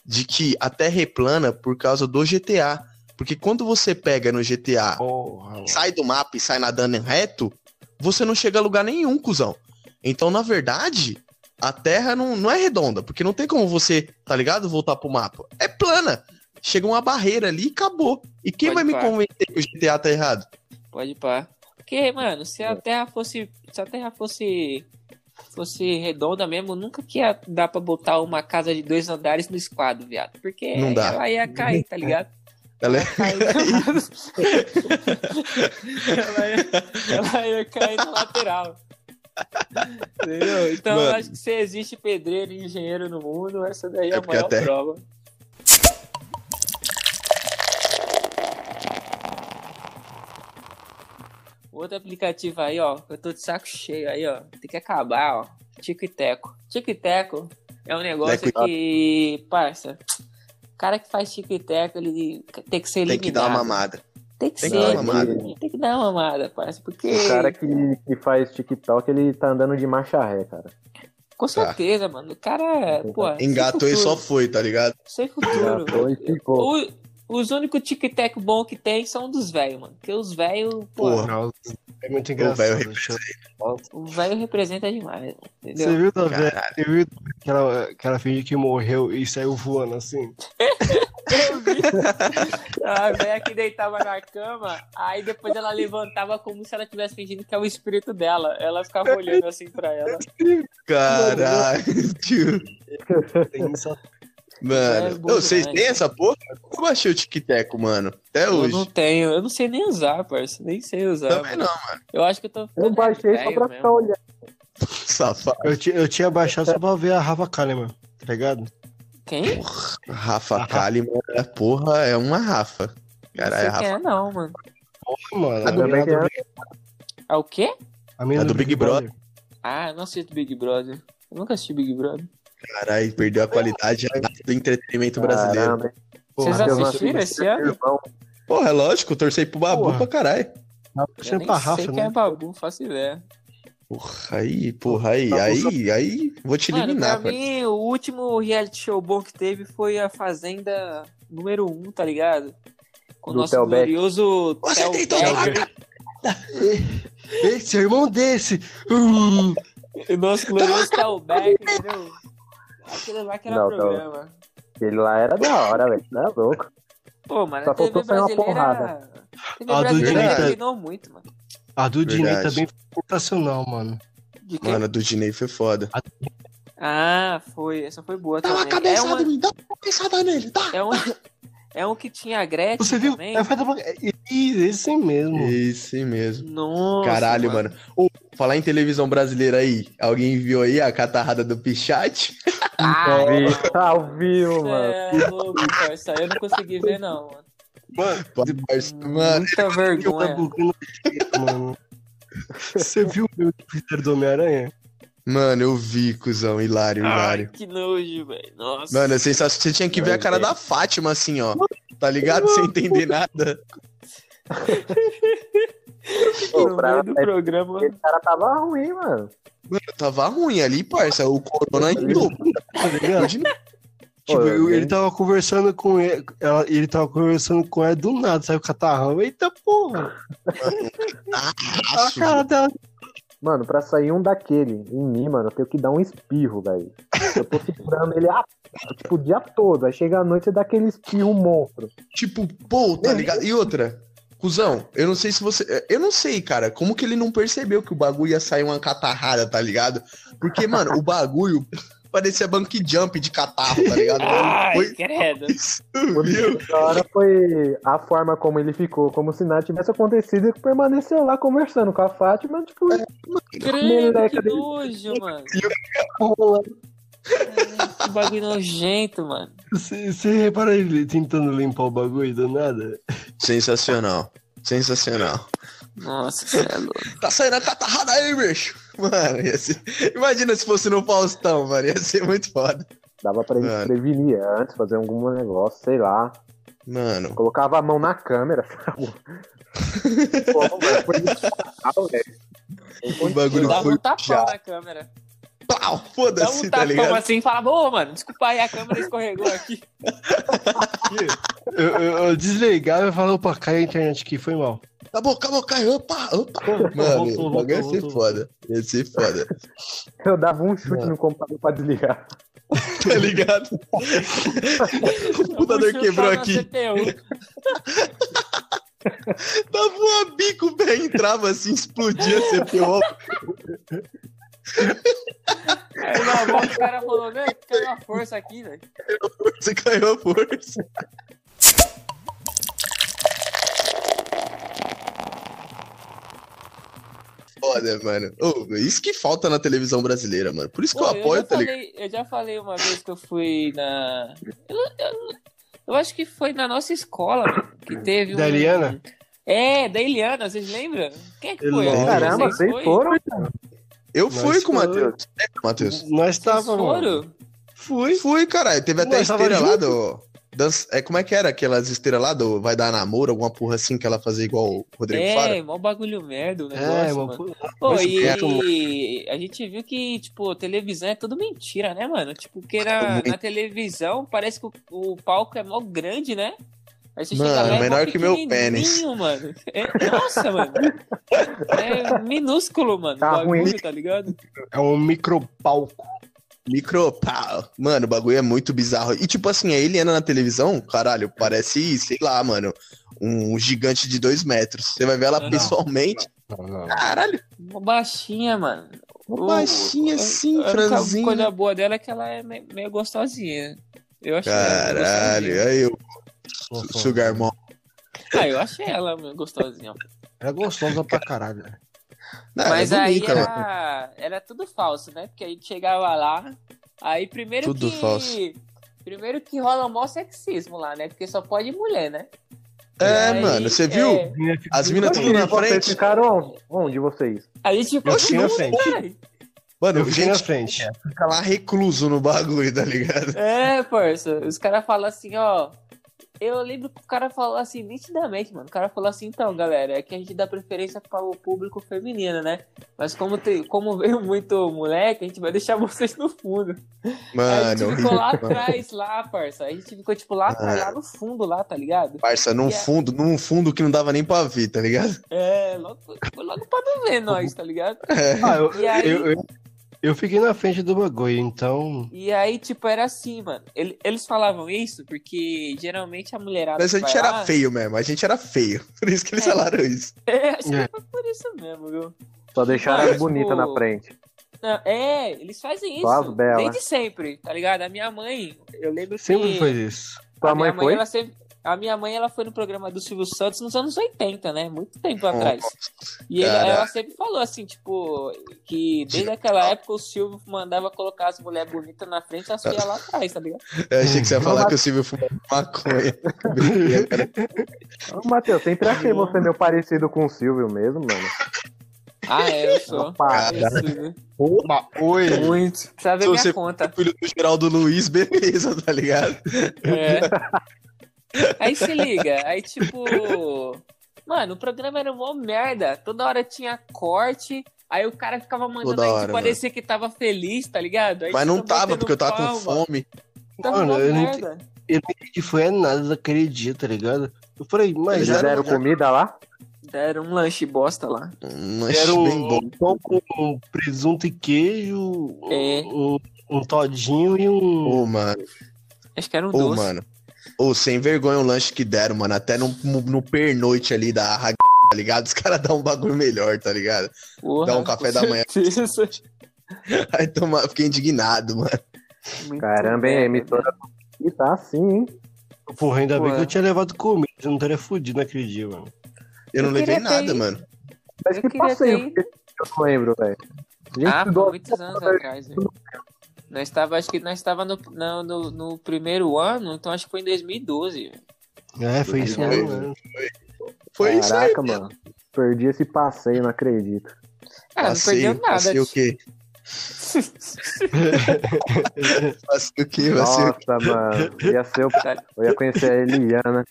Speaker 5: de que a Terra é plana por causa do GTA. Porque quando você pega no GTA,
Speaker 6: Porra, mano.
Speaker 5: sai do mapa e sai nadando reto, você não chega a lugar nenhum, cuzão. Então, na verdade, a Terra não, não é redonda, porque não tem como você, tá ligado, voltar pro mapa. É plana. Chega uma barreira ali e acabou. E quem
Speaker 2: Pode
Speaker 5: vai
Speaker 2: pá.
Speaker 5: me convencer que o GTA tá errado?
Speaker 2: Pode pá. Porque, mano, se
Speaker 5: É.
Speaker 2: a Terra fosse. Se a Terra fosse. Fosse redonda mesmo, nunca que ia dar pra botar uma casa de dois andares no esquadro, viado. Porque
Speaker 5: Não dá.
Speaker 2: ela ia cair, tá ligado?
Speaker 5: Ela é-
Speaker 2: Cair- ela, ia, ela ia cair na lateral. Entendeu? Então eu
Speaker 5: Mano.
Speaker 2: acho que se existe pedreiro e engenheiro no mundo, essa daí é,
Speaker 5: É
Speaker 2: a
Speaker 5: porque a
Speaker 2: maior
Speaker 5: Terra-
Speaker 2: prova. Outro aplicativo aí, ó. que Eu tô de saco cheio aí, ó. Tem que acabar, ó. Tico e Teco. Tico e Teco é um negócio
Speaker 5: Teco e
Speaker 2: que, parça, o cara que faz Tico e Teco, ele tem que ser
Speaker 5: Tem
Speaker 2: eliminado.
Speaker 5: que dar uma mamada.
Speaker 2: Tem que
Speaker 5: Tem que
Speaker 2: ser.
Speaker 5: dar uma mamada.
Speaker 2: Tem que dar uma mamada, parça, porque...
Speaker 3: O cara que, que faz TikTok, ele tá andando de marcha ré, cara. tá.
Speaker 2: Com certeza, mano. O cara, pô... sem
Speaker 5: Engatou e só
Speaker 2: futuro,
Speaker 5: foi, tá ligado?
Speaker 2: Sem
Speaker 3: Já
Speaker 2: futuro.
Speaker 3: foi e ficou.
Speaker 2: O- os únicos tic-tac bom que tem são dos velhos, mano. Porque os velhos, pô,
Speaker 5: Porra.
Speaker 6: É muito engraçado.
Speaker 5: velho
Speaker 2: o velho representa demais, mano, entendeu?
Speaker 6: Você viu, da velha-
Speaker 5: Caralho.
Speaker 6: você viu que ela, que ela finge que morreu e saiu voando assim?
Speaker 2: Eu vi. A velha que deitava na cama, aí depois ela levantava como se ela estivesse fingindo que é o espírito dela. Ela ficava olhando assim pra ela.
Speaker 5: Caralho, tio.
Speaker 6: Tem isso
Speaker 2: É
Speaker 5: Mano,
Speaker 2: bom
Speaker 5: Ô, vocês
Speaker 2: demais.
Speaker 5: têm essa porra? Eu baixei o tic-teco, mano. Até
Speaker 2: Eu
Speaker 5: É hoje.
Speaker 2: não tenho, eu não sei nem usar, parça. Nem sei usar.
Speaker 5: Também
Speaker 2: mano.
Speaker 5: não,
Speaker 2: Eu acho que eu tô ficando
Speaker 3: Eu baixei só
Speaker 2: velho
Speaker 3: pra
Speaker 2: É mesmo.
Speaker 3: ficar olhando.
Speaker 5: safado.
Speaker 6: Eu, ti- eu tinha baixado só pra ver a Rafa Kalimann, tá ligado?
Speaker 2: Quem?
Speaker 5: Rafa Kalimann, porra, é uma Rafa.
Speaker 2: não
Speaker 5: Caralho,
Speaker 2: sei
Speaker 5: a Rafa.
Speaker 2: quem é, não, mano.
Speaker 6: Porra, mano.
Speaker 5: Ah,
Speaker 6: A mina
Speaker 3: também
Speaker 6: do,
Speaker 3: é.
Speaker 6: Big-
Speaker 2: Ah, o quê?
Speaker 6: a mina
Speaker 5: A do Big Brother.
Speaker 2: Ah, eu não assisto Big Brother. Eu nunca assisti Big Brother.
Speaker 5: Caralho, perdeu a qualidade do entretenimento brasileiro.
Speaker 3: Caramba, hein?
Speaker 2: Vocês
Speaker 3: Matheus
Speaker 2: assistiram
Speaker 3: Nascimento,
Speaker 2: esse ano?
Speaker 3: irmão.
Speaker 5: Porra, é lógico, torcei pro Babu
Speaker 6: Porra.
Speaker 5: pra caralho.
Speaker 6: Ela
Speaker 2: Eu
Speaker 6: torcendo
Speaker 2: nem
Speaker 6: Tá pra
Speaker 2: sei
Speaker 6: Rafa,
Speaker 2: quem é
Speaker 6: né?
Speaker 2: babu, não faço ideia.
Speaker 5: Porra, aí, porra, aí,
Speaker 6: Babu
Speaker 5: aí, aí, vou te
Speaker 2: Mano,
Speaker 5: eliminar,
Speaker 2: pra
Speaker 5: velho.
Speaker 2: mim, o último reality show bom que teve foi a Fazenda número 1, tá ligado? Com o
Speaker 3: Do
Speaker 2: nosso
Speaker 3: Theo Becker.
Speaker 2: glorioso
Speaker 5: Você
Speaker 2: Theo
Speaker 5: deitou
Speaker 2: Becker.
Speaker 5: na
Speaker 6: Esse é o irmão desse! Hum.
Speaker 2: O nosso glorioso Theo Becker, entendeu? Aquilo lá que era
Speaker 3: Não, não.
Speaker 2: programa.
Speaker 3: Aquele lá era da hora, velho. Não é louco.
Speaker 2: Pô, mano,
Speaker 3: Só
Speaker 2: a TV
Speaker 3: faltou sair uma
Speaker 2: brasileira... A TV
Speaker 6: Ah, do
Speaker 2: brasileira
Speaker 5: Direita.
Speaker 2: dominou muito, mano.
Speaker 6: A do Dinei
Speaker 5: Verdade.
Speaker 6: também foi sensacional, mano.
Speaker 2: De quem?
Speaker 5: Mano, a do Dinei foi foda.
Speaker 2: Ah, foi. Essa foi boa também. é, uma-
Speaker 5: mim, dá uma cabeçada nele, tá?
Speaker 2: é um... é um que tinha a Gretchen
Speaker 6: Você viu?
Speaker 2: também.
Speaker 6: É, foi da- é, é, esse mesmo.
Speaker 5: Isso mesmo.
Speaker 2: Nossa,
Speaker 5: Caralho,
Speaker 2: mano.
Speaker 5: mano. Ô, falar em televisão brasileira aí, alguém viu aí a catarrada do Pichate?
Speaker 2: Ah,
Speaker 3: Vi, Tá ao vivo, mano.
Speaker 2: É louco, parça. Eu não consegui ver, não. mano. Hum.
Speaker 5: Mano,
Speaker 2: Muita
Speaker 6: Que eu
Speaker 2: vergonha.
Speaker 6: tava bugando o jeito, mano. Você viu o meu Twitter do Homem-Aranha?
Speaker 5: Mano, eu vi, cuzão, hilário, hilário.
Speaker 2: Ai, que nojo, velho. Nossa.
Speaker 5: Mano, é sensacional. Você tinha que ver a cara da Fátima, assim, ó. Tá ligado? Sem entender nada.
Speaker 3: Pô,
Speaker 2: no
Speaker 3: pra-
Speaker 2: meio do programa.
Speaker 3: Aquele cara tava ruim, mano.
Speaker 5: Mano, tava ruim ali, parça. O Corona em dobro.
Speaker 6: Tá ligado?
Speaker 5: De
Speaker 6: Tipo,
Speaker 3: Pô,
Speaker 6: eu-
Speaker 3: eu-
Speaker 2: é.
Speaker 6: ele tava conversando com ele, ela, ele tava conversando com ela do nada, saiu o catarrão. Eita porra! A
Speaker 5: novaço,
Speaker 6: cara dela.
Speaker 3: Mano, pra sair um daquele em mim, mano, eu tenho que dar um espirro, velho. Eu tô segurando ele a- tipo, o dia todo. Aí chega a noite e dá aquele espirro monstro.
Speaker 5: Tipo, pô, tá ligado? E outra, cuzão, eu não sei se você. eh, Eu não sei, cara, como que ele não percebeu que o bagulho ia sair uma catarrada, tá ligado? Porque, mano, o bagulho parecia bank jump de catarro, tá ligado?
Speaker 2: Ai,
Speaker 5: Foi-
Speaker 2: credo.
Speaker 5: Subiu.
Speaker 3: Da hora foi a forma como ele ficou, como se nada tivesse acontecido e permaneceu lá conversando com a Fátima, tipo,
Speaker 6: É.
Speaker 5: né?
Speaker 2: Credo, que
Speaker 3: Meleca dele.
Speaker 2: nojo, mano.
Speaker 6: rola.
Speaker 2: Ai, Que bagulho nojento, mano.
Speaker 6: Você você repara ele tentando limpar o bagulho do nada?
Speaker 5: Sensacional. Sensacional.
Speaker 2: Nossa, cê é louco.
Speaker 5: Tá saindo a catarrada aí, bicho. Mano, ia ser... imagina se fosse no Faustão, mano. Ia ser muito foda.
Speaker 3: dava pra ele
Speaker 6: É.
Speaker 5: Mano.
Speaker 3: prevenir antes, fazer algum negócio, sei lá.
Speaker 5: Mano,
Speaker 3: Colocava a mão na câmera, sabe? Pô, mano, foi descartável, velho.
Speaker 5: o bagulho
Speaker 2: Dava um
Speaker 5: foi.
Speaker 2: tapão
Speaker 5: já.
Speaker 2: na câmera.
Speaker 6: um
Speaker 5: Pau!
Speaker 2: Dava
Speaker 5: Foda-se,
Speaker 2: um
Speaker 5: tá
Speaker 2: tapão
Speaker 5: ligado?
Speaker 2: assim e falava, ô, mano, desculpa aí, a câmera escorregou aqui.
Speaker 6: Eu, eu- eu desligava e falava, opa, caiu a internet aqui, foi mal.
Speaker 5: Acabou, acabou, caiu. Opa, opa. Mano,
Speaker 6: voltou,
Speaker 5: o bagulho ia
Speaker 6: voltou,
Speaker 5: ser
Speaker 6: voltou.
Speaker 5: foda. Ia ser foda.
Speaker 3: Eu dava um chute
Speaker 5: Mano.
Speaker 3: no computador pra desligar.
Speaker 5: tá ligado? o computador quebrou aqui. Tava um bico, velho. Entrava assim, explodia a CPU.
Speaker 2: Aí na volta o cara falou, né? Caiu a força aqui, velho.
Speaker 5: Você caiu a força. Foda, mano. Ô, isso que falta na televisão brasileira, mano. Por isso que
Speaker 2: Pô,
Speaker 5: eu apoio,
Speaker 2: já
Speaker 5: tá ligado?
Speaker 2: falei, eu já falei uma vez que eu fui na. Eu, eu- eu acho que foi na nossa escola mano, que teve.
Speaker 6: Da
Speaker 2: um...
Speaker 6: Eliana?
Speaker 2: É, da Eliana, vocês lembram? Quem é que foi?
Speaker 5: Eliana.
Speaker 3: Caramba, vocês
Speaker 2: foi?
Speaker 3: foram?
Speaker 5: Eu
Speaker 6: Mas
Speaker 5: fui com o
Speaker 6: foi.
Speaker 5: Matheus. É, Matheus.
Speaker 6: Nós
Speaker 2: Vocês
Speaker 6: tava, mano.
Speaker 2: foram?
Speaker 6: Fui.
Speaker 5: Fui, caralho. Teve até
Speaker 6: Nós tava
Speaker 5: esteira lá
Speaker 6: junto.
Speaker 5: do. dança- É, como é que era aquelas esteiras lá do Vai Dar Namoro, alguma porra assim que ela fazia igual o Rodrigo Faro?
Speaker 2: É, mó bagulho merda o negócio,
Speaker 6: É,
Speaker 2: mano.
Speaker 6: mano. pô,
Speaker 2: Pô,
Speaker 6: Mas
Speaker 2: e
Speaker 5: é,
Speaker 6: perto, mano.
Speaker 2: a gente viu que, tipo, televisão é tudo mentira, né, mano? Tipo, porque na,
Speaker 5: Muito.
Speaker 2: na televisão parece que o, o palco é mó grande, né? Aí você
Speaker 5: Mano,
Speaker 2: chega lá, é mó
Speaker 5: menor que meu
Speaker 2: pequenininho, Mano. É- nossa, mano. É minúsculo, mano.
Speaker 3: Tá
Speaker 2: o bagulho,
Speaker 3: ruim.
Speaker 2: tá ligado?
Speaker 6: É um micropalco.
Speaker 5: Micropau. Mano, o bagulho é muito bizarro. E tipo assim, a Eliana na televisão, caralho, parece, sei lá, mano, um gigante de dois metros. Você vai ver ela
Speaker 2: Não, não.
Speaker 5: pessoalmente.
Speaker 6: Não, não.
Speaker 5: Caralho,
Speaker 2: Mó baixinha, mano.
Speaker 5: uma baixinha
Speaker 2: é,
Speaker 5: assim,
Speaker 2: A única
Speaker 5: franzinha.
Speaker 2: coisa boa dela é que ela é me- meio gostosinha. Eu achei ela meio
Speaker 5: Caralho, é.
Speaker 2: gostosinha.
Speaker 5: aí o Sugar Mom.
Speaker 2: Ah, eu achei ela meio gostosinha.
Speaker 6: É gostosa pra caralho. né?
Speaker 5: Não, ela é
Speaker 2: Mas aí
Speaker 5: bonita, mano.
Speaker 2: era, era tudo falso, né? Porque a gente chegava lá, aí primeiro
Speaker 5: Tudo
Speaker 2: que.
Speaker 5: falso.
Speaker 2: Primeiro que rola mó sexismo lá, né? Porque só pode mulher, né?
Speaker 5: É,
Speaker 2: Aí,
Speaker 5: mano, você viu?
Speaker 2: é,
Speaker 5: As minas tudo na
Speaker 3: vocês
Speaker 5: frente.
Speaker 3: ficaram onde vocês?
Speaker 2: a gente ficou
Speaker 6: Eu fiquei na
Speaker 2: junto,
Speaker 6: frente.
Speaker 2: velho.
Speaker 5: Mano,
Speaker 6: Eu
Speaker 5: o
Speaker 6: fiquei na
Speaker 5: gente
Speaker 6: frente.
Speaker 5: fica lá recluso no bagulho, tá ligado?
Speaker 2: É, parça. Os caras falam assim, ó. Eu lembro que o cara falou assim, nitidamente, mano. O cara falou assim, então, galera, é que a gente dá preferência para o público feminino, né? Mas como, tem, como veio muito moleque, a gente vai deixar vocês no fundo. a
Speaker 5: Mano,
Speaker 2: gente ficou lá
Speaker 5: É, horrível, É. mano.
Speaker 2: atrás, lá, parça. A gente ficou, tipo, lá, atrás, lá no fundo, lá, tá ligado?
Speaker 5: Parça, num
Speaker 2: Yeah.
Speaker 5: fundo, num fundo que não dava nem pra ver, tá ligado?
Speaker 2: É, logo, foi logo pra não ver nós, tá ligado?
Speaker 5: É.
Speaker 6: Ah, eu,
Speaker 2: E aí?
Speaker 6: eu, eu, eu fiquei na frente do bagulho, então.
Speaker 2: E aí, tipo, era assim, mano. Ele- Eles falavam isso porque geralmente a mulherada.
Speaker 5: Mas a
Speaker 2: que vai
Speaker 5: gente era
Speaker 2: lá-
Speaker 5: feio mesmo, a gente era feio. Por isso que eles falaram isso.
Speaker 2: É, acho
Speaker 6: É.
Speaker 2: que foi por isso mesmo, viu?
Speaker 3: Só deixaram
Speaker 2: Ah,
Speaker 3: as bonitas
Speaker 2: tipo,
Speaker 3: na frente.
Speaker 2: Não, é, eles fazem
Speaker 3: Só
Speaker 2: isso
Speaker 3: as belas.
Speaker 2: desde sempre, tá ligado? A minha mãe, eu lembro
Speaker 6: Sempre
Speaker 2: que.
Speaker 6: foi isso.
Speaker 3: Tua
Speaker 2: a minha
Speaker 3: mãe foi?
Speaker 2: Ela sempre- A minha mãe, ela foi no programa do Silvio Santos nos anos 80, né? Muito tempo atrás. E ele-
Speaker 5: Caraca.
Speaker 2: ela sempre falou assim, tipo, que desde aquela época o Silvio mandava colocar as mulheres bonitas na frente e
Speaker 3: É.
Speaker 2: as filhas lá atrás, tá ligado?
Speaker 5: Eu achei que você ia falar que o Silvio fumava maconha. Brincadeira, cara.
Speaker 3: Ô, Matheus, sempre achei você meio parecido com o Silvio mesmo, mano.
Speaker 2: Ah, é, eu sou.
Speaker 3: Pá,
Speaker 2: Parecido.
Speaker 6: Opa, oi!
Speaker 2: Muito. Precisa ver
Speaker 5: Se
Speaker 2: minha
Speaker 5: você-
Speaker 2: conta.
Speaker 5: Filho do Geraldo Luiz, beleza, tá ligado?
Speaker 2: É. Aí se liga, aí tipo. Mano, o programa era uma merda. Toda hora tinha corte. Aí o cara ficava mandando
Speaker 5: Toda
Speaker 2: a gente
Speaker 5: hora,
Speaker 2: parecer que tava feliz, tá ligado? Aí
Speaker 5: Mas não
Speaker 2: fica
Speaker 5: tava,
Speaker 2: batendo
Speaker 5: porque eu tava com
Speaker 2: palma.
Speaker 5: fome.
Speaker 2: Tava
Speaker 6: Mano,
Speaker 2: uma
Speaker 6: eu não ent-
Speaker 2: merda.
Speaker 6: Eu não entendi foi nada daquele dia, tá ligado? Eu falei, mas
Speaker 5: Eles
Speaker 3: eles
Speaker 6: era,
Speaker 3: deram comida lá?
Speaker 2: Deram um lanche bosta lá.
Speaker 5: Um
Speaker 6: era
Speaker 5: lanche bem bom.
Speaker 6: um pão com presunto e queijo,
Speaker 2: É.
Speaker 6: um, um todinho e um.
Speaker 5: Ô, mano,
Speaker 2: Acho que era um
Speaker 5: ô,
Speaker 2: doce.
Speaker 5: mano. Ô, sem vergonha o lanche que deram, mano. Até no, no pernoite ali da Arra, tá ligado? Os caras dão um bagulho melhor, tá ligado?
Speaker 2: Porra,
Speaker 5: Dá um café
Speaker 2: com
Speaker 5: da manhã.
Speaker 2: certeza.
Speaker 5: Aí toma, fiquei indignado, mano.
Speaker 2: Muito
Speaker 3: Caramba, hein? A
Speaker 2: merda.
Speaker 3: emissora E tá assim, hein?
Speaker 6: Porra, ainda bem
Speaker 2: Ué.
Speaker 6: que eu tinha levado comida, eu não teria fudido naquele dia, mano.
Speaker 5: Eu não
Speaker 2: Eu
Speaker 5: levei
Speaker 2: queria ter
Speaker 5: nada,
Speaker 2: ido.
Speaker 5: mano.
Speaker 3: Mas
Speaker 2: Eu
Speaker 3: que
Speaker 2: queria
Speaker 3: passeio
Speaker 2: ter
Speaker 3: que eu não lembro, velho. Gente,
Speaker 2: Ah, foi
Speaker 3: do...
Speaker 2: muitos anos atrás, velho. Nós tava, acho que nós tava no, no, no- no primeiro ano, então acho que foi em 2012. velho.
Speaker 6: É, foi isso
Speaker 3: Foi.
Speaker 6: mesmo. né?
Speaker 5: Foi isso aí.
Speaker 3: Caraca, mano. Perdi esse passeio, não acredito.
Speaker 2: Ah, não perdeu nada.
Speaker 5: Passei o
Speaker 2: tio.
Speaker 5: quê? Passei o quê? Passei o
Speaker 3: Nossa, mano. Ia ser o... Eu ia conhecer a Eliana.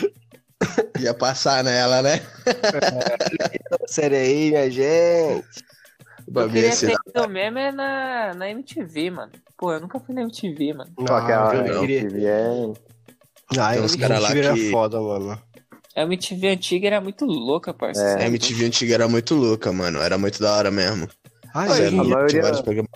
Speaker 5: quê? Ia passar nela, né?
Speaker 6: Sério é aí, minha gente.
Speaker 5: O
Speaker 2: Eu
Speaker 5: bagulho ia
Speaker 2: queria
Speaker 5: ser
Speaker 2: ter ido mesmo é na, na MTV, mano. Pô, eu nunca fui na MTV, mano.
Speaker 3: Só que a
Speaker 6: Ah,
Speaker 5: não.
Speaker 6: eu queria.
Speaker 3: MTV é...
Speaker 6: Ah,
Speaker 5: Tem
Speaker 6: eu
Speaker 5: uns
Speaker 6: vi
Speaker 5: cara lá
Speaker 6: que era
Speaker 5: que-
Speaker 6: foda, mano.
Speaker 2: A MTV antiga era muito louca, parceiro.
Speaker 3: É.
Speaker 5: A MTV antiga era muito louca, mano. Era muito da hora mesmo.
Speaker 6: Ah,
Speaker 3: Oi,
Speaker 5: Sério,
Speaker 6: hoje em
Speaker 5: tinha
Speaker 3: a
Speaker 6: dia-
Speaker 3: maioria-
Speaker 5: vários programas.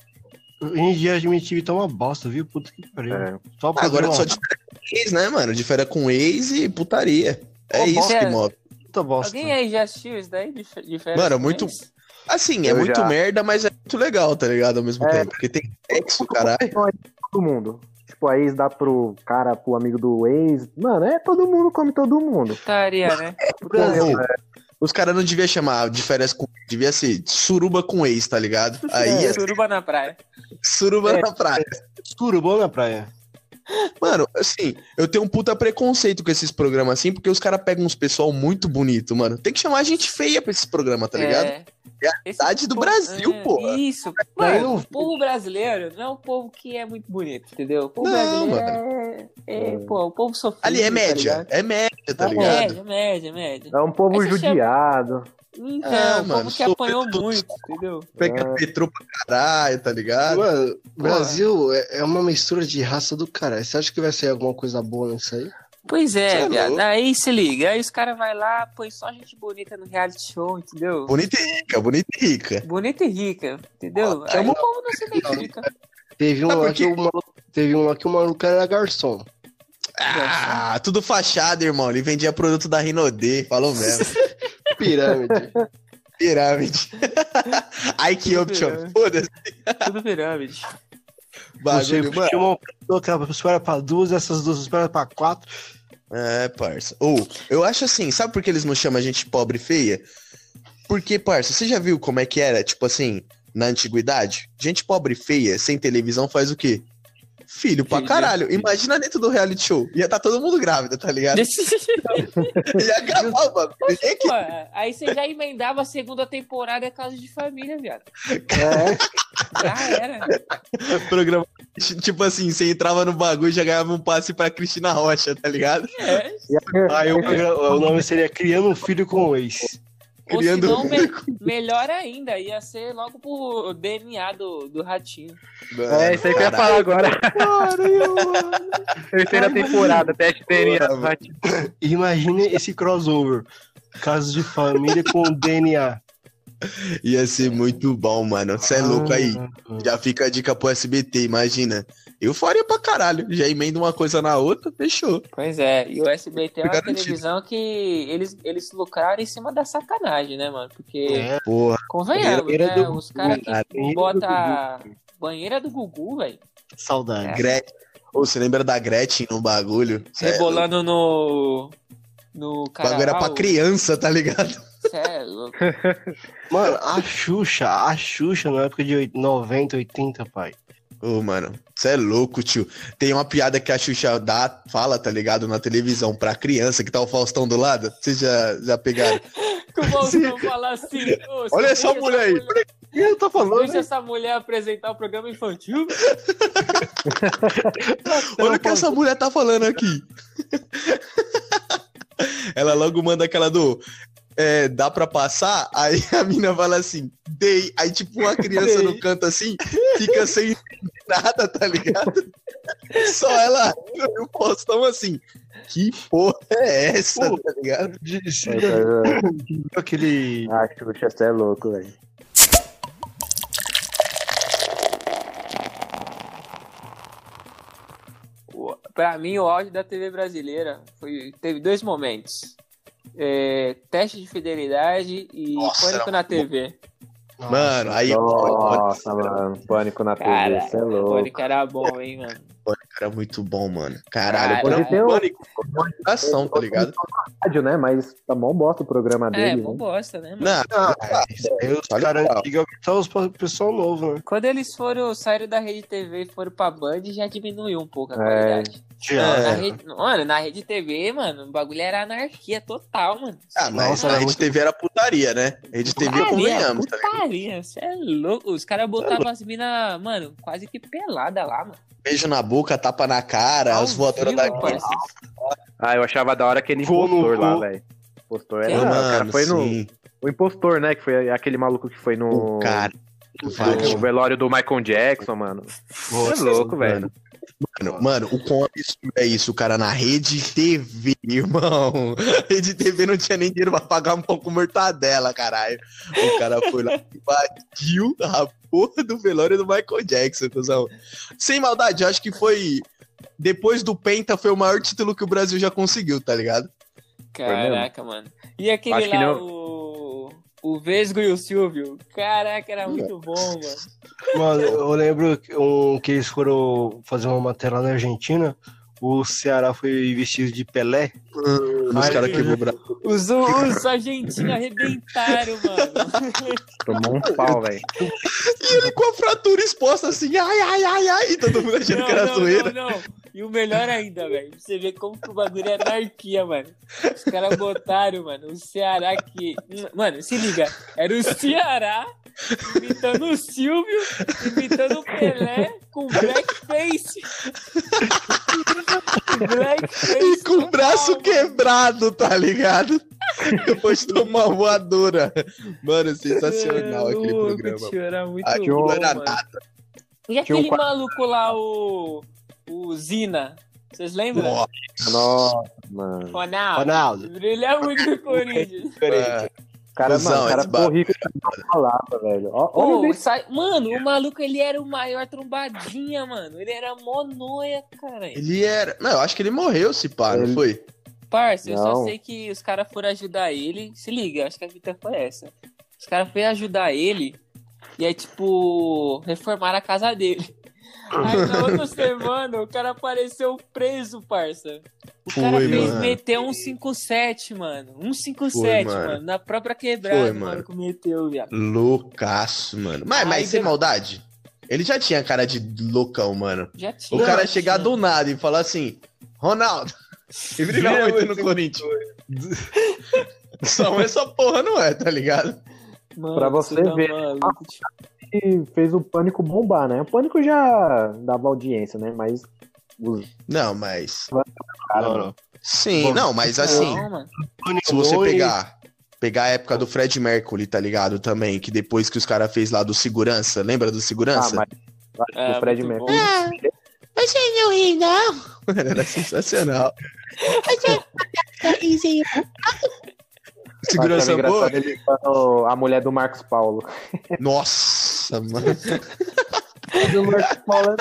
Speaker 6: hoje em dia a MTV tá uma bosta, viu? Puta que pariu.
Speaker 3: é.
Speaker 6: Só pra
Speaker 5: Agora
Speaker 6: ver,
Speaker 5: só
Speaker 6: ó,
Speaker 5: de fera com ex, né, mano? De fera com ex e putaria. É
Speaker 2: Ô,
Speaker 5: isso
Speaker 2: Bob,
Speaker 5: que move.
Speaker 6: Puta bosta.
Speaker 2: Alguém é? aí já assistiu isso daí? De, de férias
Speaker 5: Mano,
Speaker 2: com
Speaker 5: muito-
Speaker 2: eles?
Speaker 5: Assim, é
Speaker 3: Eu
Speaker 5: muito
Speaker 3: já.
Speaker 5: merda, mas é muito legal, tá ligado? Ao mesmo
Speaker 3: É.
Speaker 5: tempo. Porque tem sexo, caralho.
Speaker 3: Tipo, Todo mundo. Tipo, a ex dá pro cara, pro amigo do ex. Mano, é todo mundo come todo mundo.
Speaker 2: Putaria, né?
Speaker 5: Ô, Os caras não deviam chamar de férias com devia ser suruba com ex, tá ligado? Aí é
Speaker 2: Suruba na praia.
Speaker 5: suruba
Speaker 6: É.
Speaker 5: na praia.
Speaker 6: Escuro, bom na praia.
Speaker 5: Mano, assim, eu tenho um puta preconceito com esses programas assim, porque os caras pegam uns pessoal muito bonito, mano. Tem que chamar gente feia pra esses programas, tá ligado?
Speaker 2: É.
Speaker 5: Cidade do Brasil,
Speaker 2: é,
Speaker 5: porra.
Speaker 2: Isso.
Speaker 6: Daí
Speaker 2: Mano,
Speaker 6: não-
Speaker 2: o povo brasileiro não é um povo que é muito bonito, entendeu? O povo
Speaker 5: Não,
Speaker 2: brasileiro é, é, pô, o povo sofrido.
Speaker 5: Ali é
Speaker 2: tá
Speaker 5: média,
Speaker 2: ligado?
Speaker 5: é média, tá
Speaker 3: É
Speaker 5: ligado?
Speaker 2: média, média, média.
Speaker 3: É um povo
Speaker 2: Aí você chama-
Speaker 3: judiado.
Speaker 2: Então,
Speaker 5: É,
Speaker 2: o povo
Speaker 5: mano,
Speaker 2: que
Speaker 5: sofrido.
Speaker 2: apanhou muito, entendeu?
Speaker 5: Pega metrô pra caralho, tá ligado?
Speaker 6: Mano, Brasil é, é uma mistura de raça do caralho. Você acha que vai sair alguma coisa boa nisso aí?
Speaker 2: Pois
Speaker 5: Cê
Speaker 2: é,
Speaker 5: é
Speaker 2: viado.
Speaker 5: louco.
Speaker 2: Aí se liga, aí os caras vai lá, põe só gente bonita no reality show, entendeu?
Speaker 5: Bonita e rica, bonita e rica.
Speaker 2: Bonita e rica, entendeu?
Speaker 5: Ó,
Speaker 2: Aí
Speaker 5: chama-
Speaker 2: o povo não se identifica.
Speaker 6: Teve um,
Speaker 5: Sabe
Speaker 6: lá
Speaker 5: por quê?
Speaker 6: que o maluco, teve um lá que o maluco era garçom.
Speaker 5: Ah, tudo fachada, irmão. Ele vendia produto da Rinodê, falou mesmo.
Speaker 6: Pirâmide.
Speaker 5: Pirâmide. Ai, que option.
Speaker 2: Pirâmide.
Speaker 5: Foda-se,
Speaker 2: Tudo pirâmide.
Speaker 6: Você
Speaker 5: bagulho, mano.
Speaker 6: chama uma pessoa que ela espera pra duas, essas duas espera pra quatro.
Speaker 5: É, parça. Ou, eu acho assim, sabe por que eles não chamam a gente pobre e feia? Porque, parça, você já viu como é que era, tipo assim, na antiguidade? Gente pobre e feia, sem televisão, faz o quê? Filho pra
Speaker 4: né?
Speaker 2: Filho.
Speaker 5: caralho. Imagina dentro do reality show. Ia tá todo mundo grávida, tá ligado?
Speaker 2: Desse-
Speaker 5: Ia acabar o bagulho. Ninguém
Speaker 2: Pô, aí você já emendava a segunda temporada Casa de Família, viado.
Speaker 3: É,
Speaker 2: Já era.
Speaker 5: quer programa. Tipo assim, você entrava no bagulho e já ganhava um passe pra Cristina Rocha, tá ligado?
Speaker 2: É.
Speaker 5: Ah,
Speaker 6: Aí o, programa- o nome seria Criando um Filho com o Ex.
Speaker 2: Ou
Speaker 5: Criando-
Speaker 2: senão, me- melhor ainda, ia ser logo pro DNA do, do ratinho.
Speaker 4: É, isso aí que eu ia falar agora. Terceira temporada, teste DNA.
Speaker 5: Porra,
Speaker 4: Vai-
Speaker 6: Imagine esse crossover. Caso de família com DNA.
Speaker 5: Ia ser muito bom, mano. Você é louco aí. Já fica a dica pro SBT, imagina. Eu faria pra caralho. Já emenda uma coisa na outra, fechou.
Speaker 2: Pois é, e o SBT é uma
Speaker 5: Garantido.
Speaker 2: televisão que eles, eles lucraram em cima da sacanagem, né, mano? Porque,
Speaker 6: É,
Speaker 5: Porra,
Speaker 2: convenhamos,
Speaker 6: banheira
Speaker 2: né?
Speaker 6: do
Speaker 2: Os caras
Speaker 5: Ah,
Speaker 2: que
Speaker 6: Gugu, banheira
Speaker 2: botam
Speaker 6: do
Speaker 2: a banheira do Gugu, velho.
Speaker 6: saudade.
Speaker 5: Gretchen. Ou você lembra da Gretchen no bagulho? Cê é louco.
Speaker 2: Rebolando no. No
Speaker 5: O bagulho era pra
Speaker 2: carnaval.
Speaker 5: criança, tá ligado?
Speaker 2: Cê é louco.
Speaker 6: Mano, a Xuxa, a Xuxa na época de oit- 90, 80, pai.
Speaker 5: Ô, mano, você é louco, tio. Tem uma piada que a Xuxa dá, fala, tá ligado? Na televisão, pra criança, que tá o Faustão do lado. Vocês já, já pegaram?
Speaker 2: Que o Faustão fala assim. "Ô, você
Speaker 5: Olha essa
Speaker 2: deixa
Speaker 5: mulher aí.
Speaker 6: Eu tô falando.
Speaker 2: Deixa essa mulher apresentar o programa infantil.
Speaker 5: Olha o que essa mulher tá falando aqui. Ela logo manda aquela do. é, dá pra passar? Aí a mina fala assim, dei. Aí, tipo, uma criança no canto assim, fica sem entender nada, tá ligado? Só ela e o postão assim. Que porra é essa,
Speaker 6: Pô.
Speaker 5: tá ligado?
Speaker 3: é,
Speaker 6: Aquele.
Speaker 3: é, a Xuxa, você é louco, velho.
Speaker 2: O- Pra mim, o áudio da TV brasileira foi, teve dois momentos. É, teste de fidelidade e
Speaker 5: Nossa,
Speaker 2: pânico
Speaker 5: era
Speaker 2: na TV.
Speaker 5: Mano, aí
Speaker 3: Nossa, mano, pânico na TV,
Speaker 2: Caralho,
Speaker 3: você é louco.
Speaker 2: pânico era bom, hein, mano.
Speaker 5: era muito bom, mano. Caralho,
Speaker 2: Cara,
Speaker 5: Cara,
Speaker 3: tem um-
Speaker 5: pânico, uma ação, tá ligado?
Speaker 3: Rádio, né? Mas tá bom bosta o programa
Speaker 2: É,
Speaker 3: dele,
Speaker 2: bom
Speaker 3: né?
Speaker 2: bosta, né, mano?
Speaker 5: Não,
Speaker 6: Ah, isso aí os
Speaker 5: Olha
Speaker 6: caras
Speaker 5: só.
Speaker 6: antigos são os pro- pessoal novo, né?
Speaker 2: Quando eles foram, saíram da rede TV e foram pra Band, já diminuiu um pouco a
Speaker 3: É.
Speaker 2: qualidade. Na
Speaker 5: É.
Speaker 2: rede, mano, na rede TV, mano, o bagulho era anarquia total, mano.
Speaker 5: ah, mas
Speaker 6: Nossa,
Speaker 5: a
Speaker 6: era
Speaker 5: Rede
Speaker 6: muito-
Speaker 5: TV era putaria, né? Rede TV,
Speaker 2: Putaria,
Speaker 5: convenhamos, tá é
Speaker 2: putaria, você é louco. Os caras botavam as minas, mano, quase que pelada lá, mano.
Speaker 5: Beijo na boca, tapa na cara,
Speaker 2: Ao
Speaker 5: É, as voadoras da
Speaker 2: vivo, parceiro.
Speaker 4: Ah, eu achava da hora aquele
Speaker 6: Vou no
Speaker 4: impostor lá,
Speaker 6: cu.
Speaker 4: velho. Impostor
Speaker 2: Quem?
Speaker 4: era. o cara foi no.
Speaker 5: sim.
Speaker 4: O impostor, né? Que foi aquele maluco que foi no.
Speaker 5: O cara.
Speaker 4: no velório do Michael Jackson, mano. Você é louco, velho.
Speaker 5: Mano, mano, o quão absurdo é isso, cara, na rede TV, irmão. Rede TV não tinha nem dinheiro pra pagar um pão com mortadela, caralho. O cara foi lá e batiu a porra do velório do Michael Jackson, cuzão. Sem maldade, eu acho que foi. Depois do Penta, foi o maior título que o Brasil já conseguiu, tá ligado?
Speaker 2: Caraca, mano. E aquele
Speaker 4: Acho que
Speaker 2: lá,
Speaker 4: não.
Speaker 2: o. O Vesgo e o Silvio. Caraca, era muito bom, mano.
Speaker 6: Mano, eu lembro que um, que eles foram fazer uma matéria lá na Argentina. o Ceará foi vestido de Pelé.
Speaker 5: Os
Speaker 6: Ai,
Speaker 5: caras
Speaker 6: meu
Speaker 5: quebrou o braço.
Speaker 2: Os, os argentinos arrebentaram, mano.
Speaker 4: Tomou um pau, velho.
Speaker 5: E ele com a fratura exposta assim, ai, ai, ai, ai. E todo mundo achando que era zoeira.
Speaker 2: Não, não. E o melhor ainda, velho. Você vê como que o bagulho é anarquia, mano. Os caras botaram, mano, o Ceará que. Mano, se liga. Era o Ceará imitando o Silvio, imitando o Pelé com blackface. blackface.
Speaker 5: E com o braço
Speaker 2: total,
Speaker 5: quebrado, tá ligado? Depois de tomar uma voadora. Mano, sensacional
Speaker 2: É
Speaker 5: aquele
Speaker 2: louco,
Speaker 5: programa.
Speaker 2: tio, era muito
Speaker 5: Aquilo
Speaker 2: bom,
Speaker 5: era
Speaker 2: mano.
Speaker 5: nada.
Speaker 2: E
Speaker 3: Tinha um
Speaker 2: aquele
Speaker 3: quadro-
Speaker 2: maluco lá, o, o Zina? Vocês lembram?
Speaker 5: Nossa,
Speaker 3: Nossa, mano.
Speaker 2: Ronaldo.
Speaker 6: Ronaldo.
Speaker 2: Brilha é muito no Corinthians.
Speaker 5: cara.
Speaker 3: O cara,
Speaker 5: Cusão,
Speaker 3: mano, o cara
Speaker 5: esse bar-
Speaker 3: ficou rico não falava, velho. Ó- Olha
Speaker 2: Ô,
Speaker 3: o
Speaker 2: sai- Mano, o maluco, ele era o maior trombadinha, mano. Ele era monoia, cara.
Speaker 5: Ele era. Não, eu acho que ele morreu, se pá, não
Speaker 3: Ele-
Speaker 5: foi?
Speaker 2: Parça, eu só
Speaker 3: Não.
Speaker 2: sei que os caras foram ajudar ele. Se liga, acho que a vida foi essa. Os caras foram ajudar ele e aí, tipo, reformaram a casa dele. Aí na outra semana o cara apareceu preso, parça. O cara
Speaker 5: Foi,
Speaker 2: fez
Speaker 5: mano.
Speaker 2: meteu um 57, mano. Um
Speaker 5: Foi,
Speaker 2: 57, mano.
Speaker 5: mano.
Speaker 2: Na própria quebrada,
Speaker 5: Foi,
Speaker 2: mano.
Speaker 5: mano.
Speaker 2: que meteu, viado.
Speaker 5: Loucaço, mano. Mas,
Speaker 2: Ai,
Speaker 5: mas sem
Speaker 2: eu-
Speaker 5: maldade. Ele já tinha cara de loucão, mano.
Speaker 2: Já
Speaker 5: O
Speaker 2: tinha. um
Speaker 5: cara é
Speaker 2: já
Speaker 5: chegar
Speaker 2: tinha.
Speaker 5: do nada e falar assim, Ronaldo. E brilha muito no Corinthians. Só essa porra não é, tá ligado?
Speaker 2: Mano,
Speaker 3: Pra você
Speaker 2: isso dá
Speaker 3: ver.
Speaker 2: maluco, tio.
Speaker 3: que fez o pânico bombar, né? O pânico já dava audiência, né? Mas os
Speaker 5: Não, mas.
Speaker 3: caras.
Speaker 6: Não,
Speaker 3: mano,
Speaker 6: não.
Speaker 5: Sim,
Speaker 6: Bom,
Speaker 5: não,
Speaker 2: é.
Speaker 5: mas assim.
Speaker 2: Não, mano.
Speaker 5: Se você
Speaker 6: Dois.
Speaker 5: pegar, pegar a época do Fred Mercury, tá ligado? Também, que depois que os caras fez lá do segurança, lembra do
Speaker 3: Ah,
Speaker 5: segurança?
Speaker 3: mas eu acho que
Speaker 2: É,
Speaker 3: o Fred
Speaker 2: muito
Speaker 3: Mercury.
Speaker 7: Você não ri, não?
Speaker 5: Mano, era sensacional.
Speaker 7: tá Sorrisinho.
Speaker 5: segurança
Speaker 4: é
Speaker 3: Achava
Speaker 5: boa?
Speaker 3: engraçado ele falando a mulher do Marcos Paulo.
Speaker 5: Nossa, mano.
Speaker 3: do Marcos Paulo é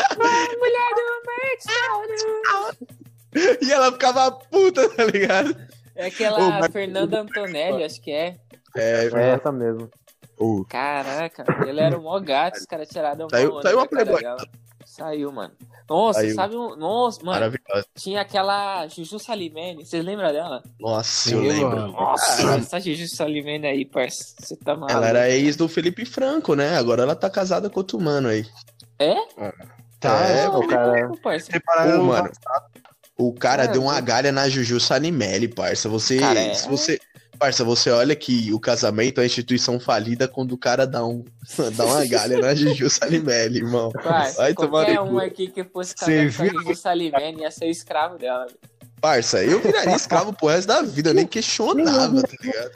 Speaker 2: Ah, tá
Speaker 5: E ela ficava puta, tá ligado?
Speaker 2: É aquela
Speaker 5: Ô, mas-
Speaker 2: Fernanda Antonelli, acho que é.
Speaker 5: É,
Speaker 3: é essa mesmo.
Speaker 5: o-
Speaker 2: Caraca, ele era um mó gato, os caras tiraram a
Speaker 5: Saiu-
Speaker 2: mão
Speaker 5: saiu
Speaker 2: da
Speaker 5: uma
Speaker 2: cara
Speaker 5: Playboy.
Speaker 2: dela. Saiu, mano. Nossa,
Speaker 5: Saiu.
Speaker 2: sabe um. Nossa, mano,
Speaker 5: maravilhosa.
Speaker 2: tinha aquela Juju Salimene, vocês lembram dela?
Speaker 5: Nossa, eu
Speaker 6: Sim,
Speaker 5: lembro.
Speaker 6: mano.
Speaker 2: Nossa, essa Juju Salimene aí, parça, você tá maluco.
Speaker 5: Ela era ex do Felipe Franco, né? Agora ela tá casada com outro mano aí.
Speaker 6: Tá,
Speaker 5: É,
Speaker 2: Não,
Speaker 3: o cara-
Speaker 2: não, parça.
Speaker 5: Ô,
Speaker 6: separaram
Speaker 5: mano. O cara
Speaker 2: É,
Speaker 5: deu uma
Speaker 2: eu-
Speaker 5: galha na Juju Sanimelli, parça. Você,
Speaker 2: Cara, é.
Speaker 5: se você, parça, você olha que o casamento é uma instituição falida quando o cara dá um, dá uma galha na Juju Sanimelli, irmão.
Speaker 2: Parça,
Speaker 5: Vai tomar
Speaker 2: qualquer
Speaker 5: no
Speaker 2: um
Speaker 5: cu.
Speaker 2: aqui que fosse
Speaker 6: Você
Speaker 2: casado com a
Speaker 6: viu?
Speaker 2: Juju Salimene ia ser escravo dela. velho.
Speaker 5: Parça, eu viraria escravo pro resto da vida, eu nem questionava, tá ligado?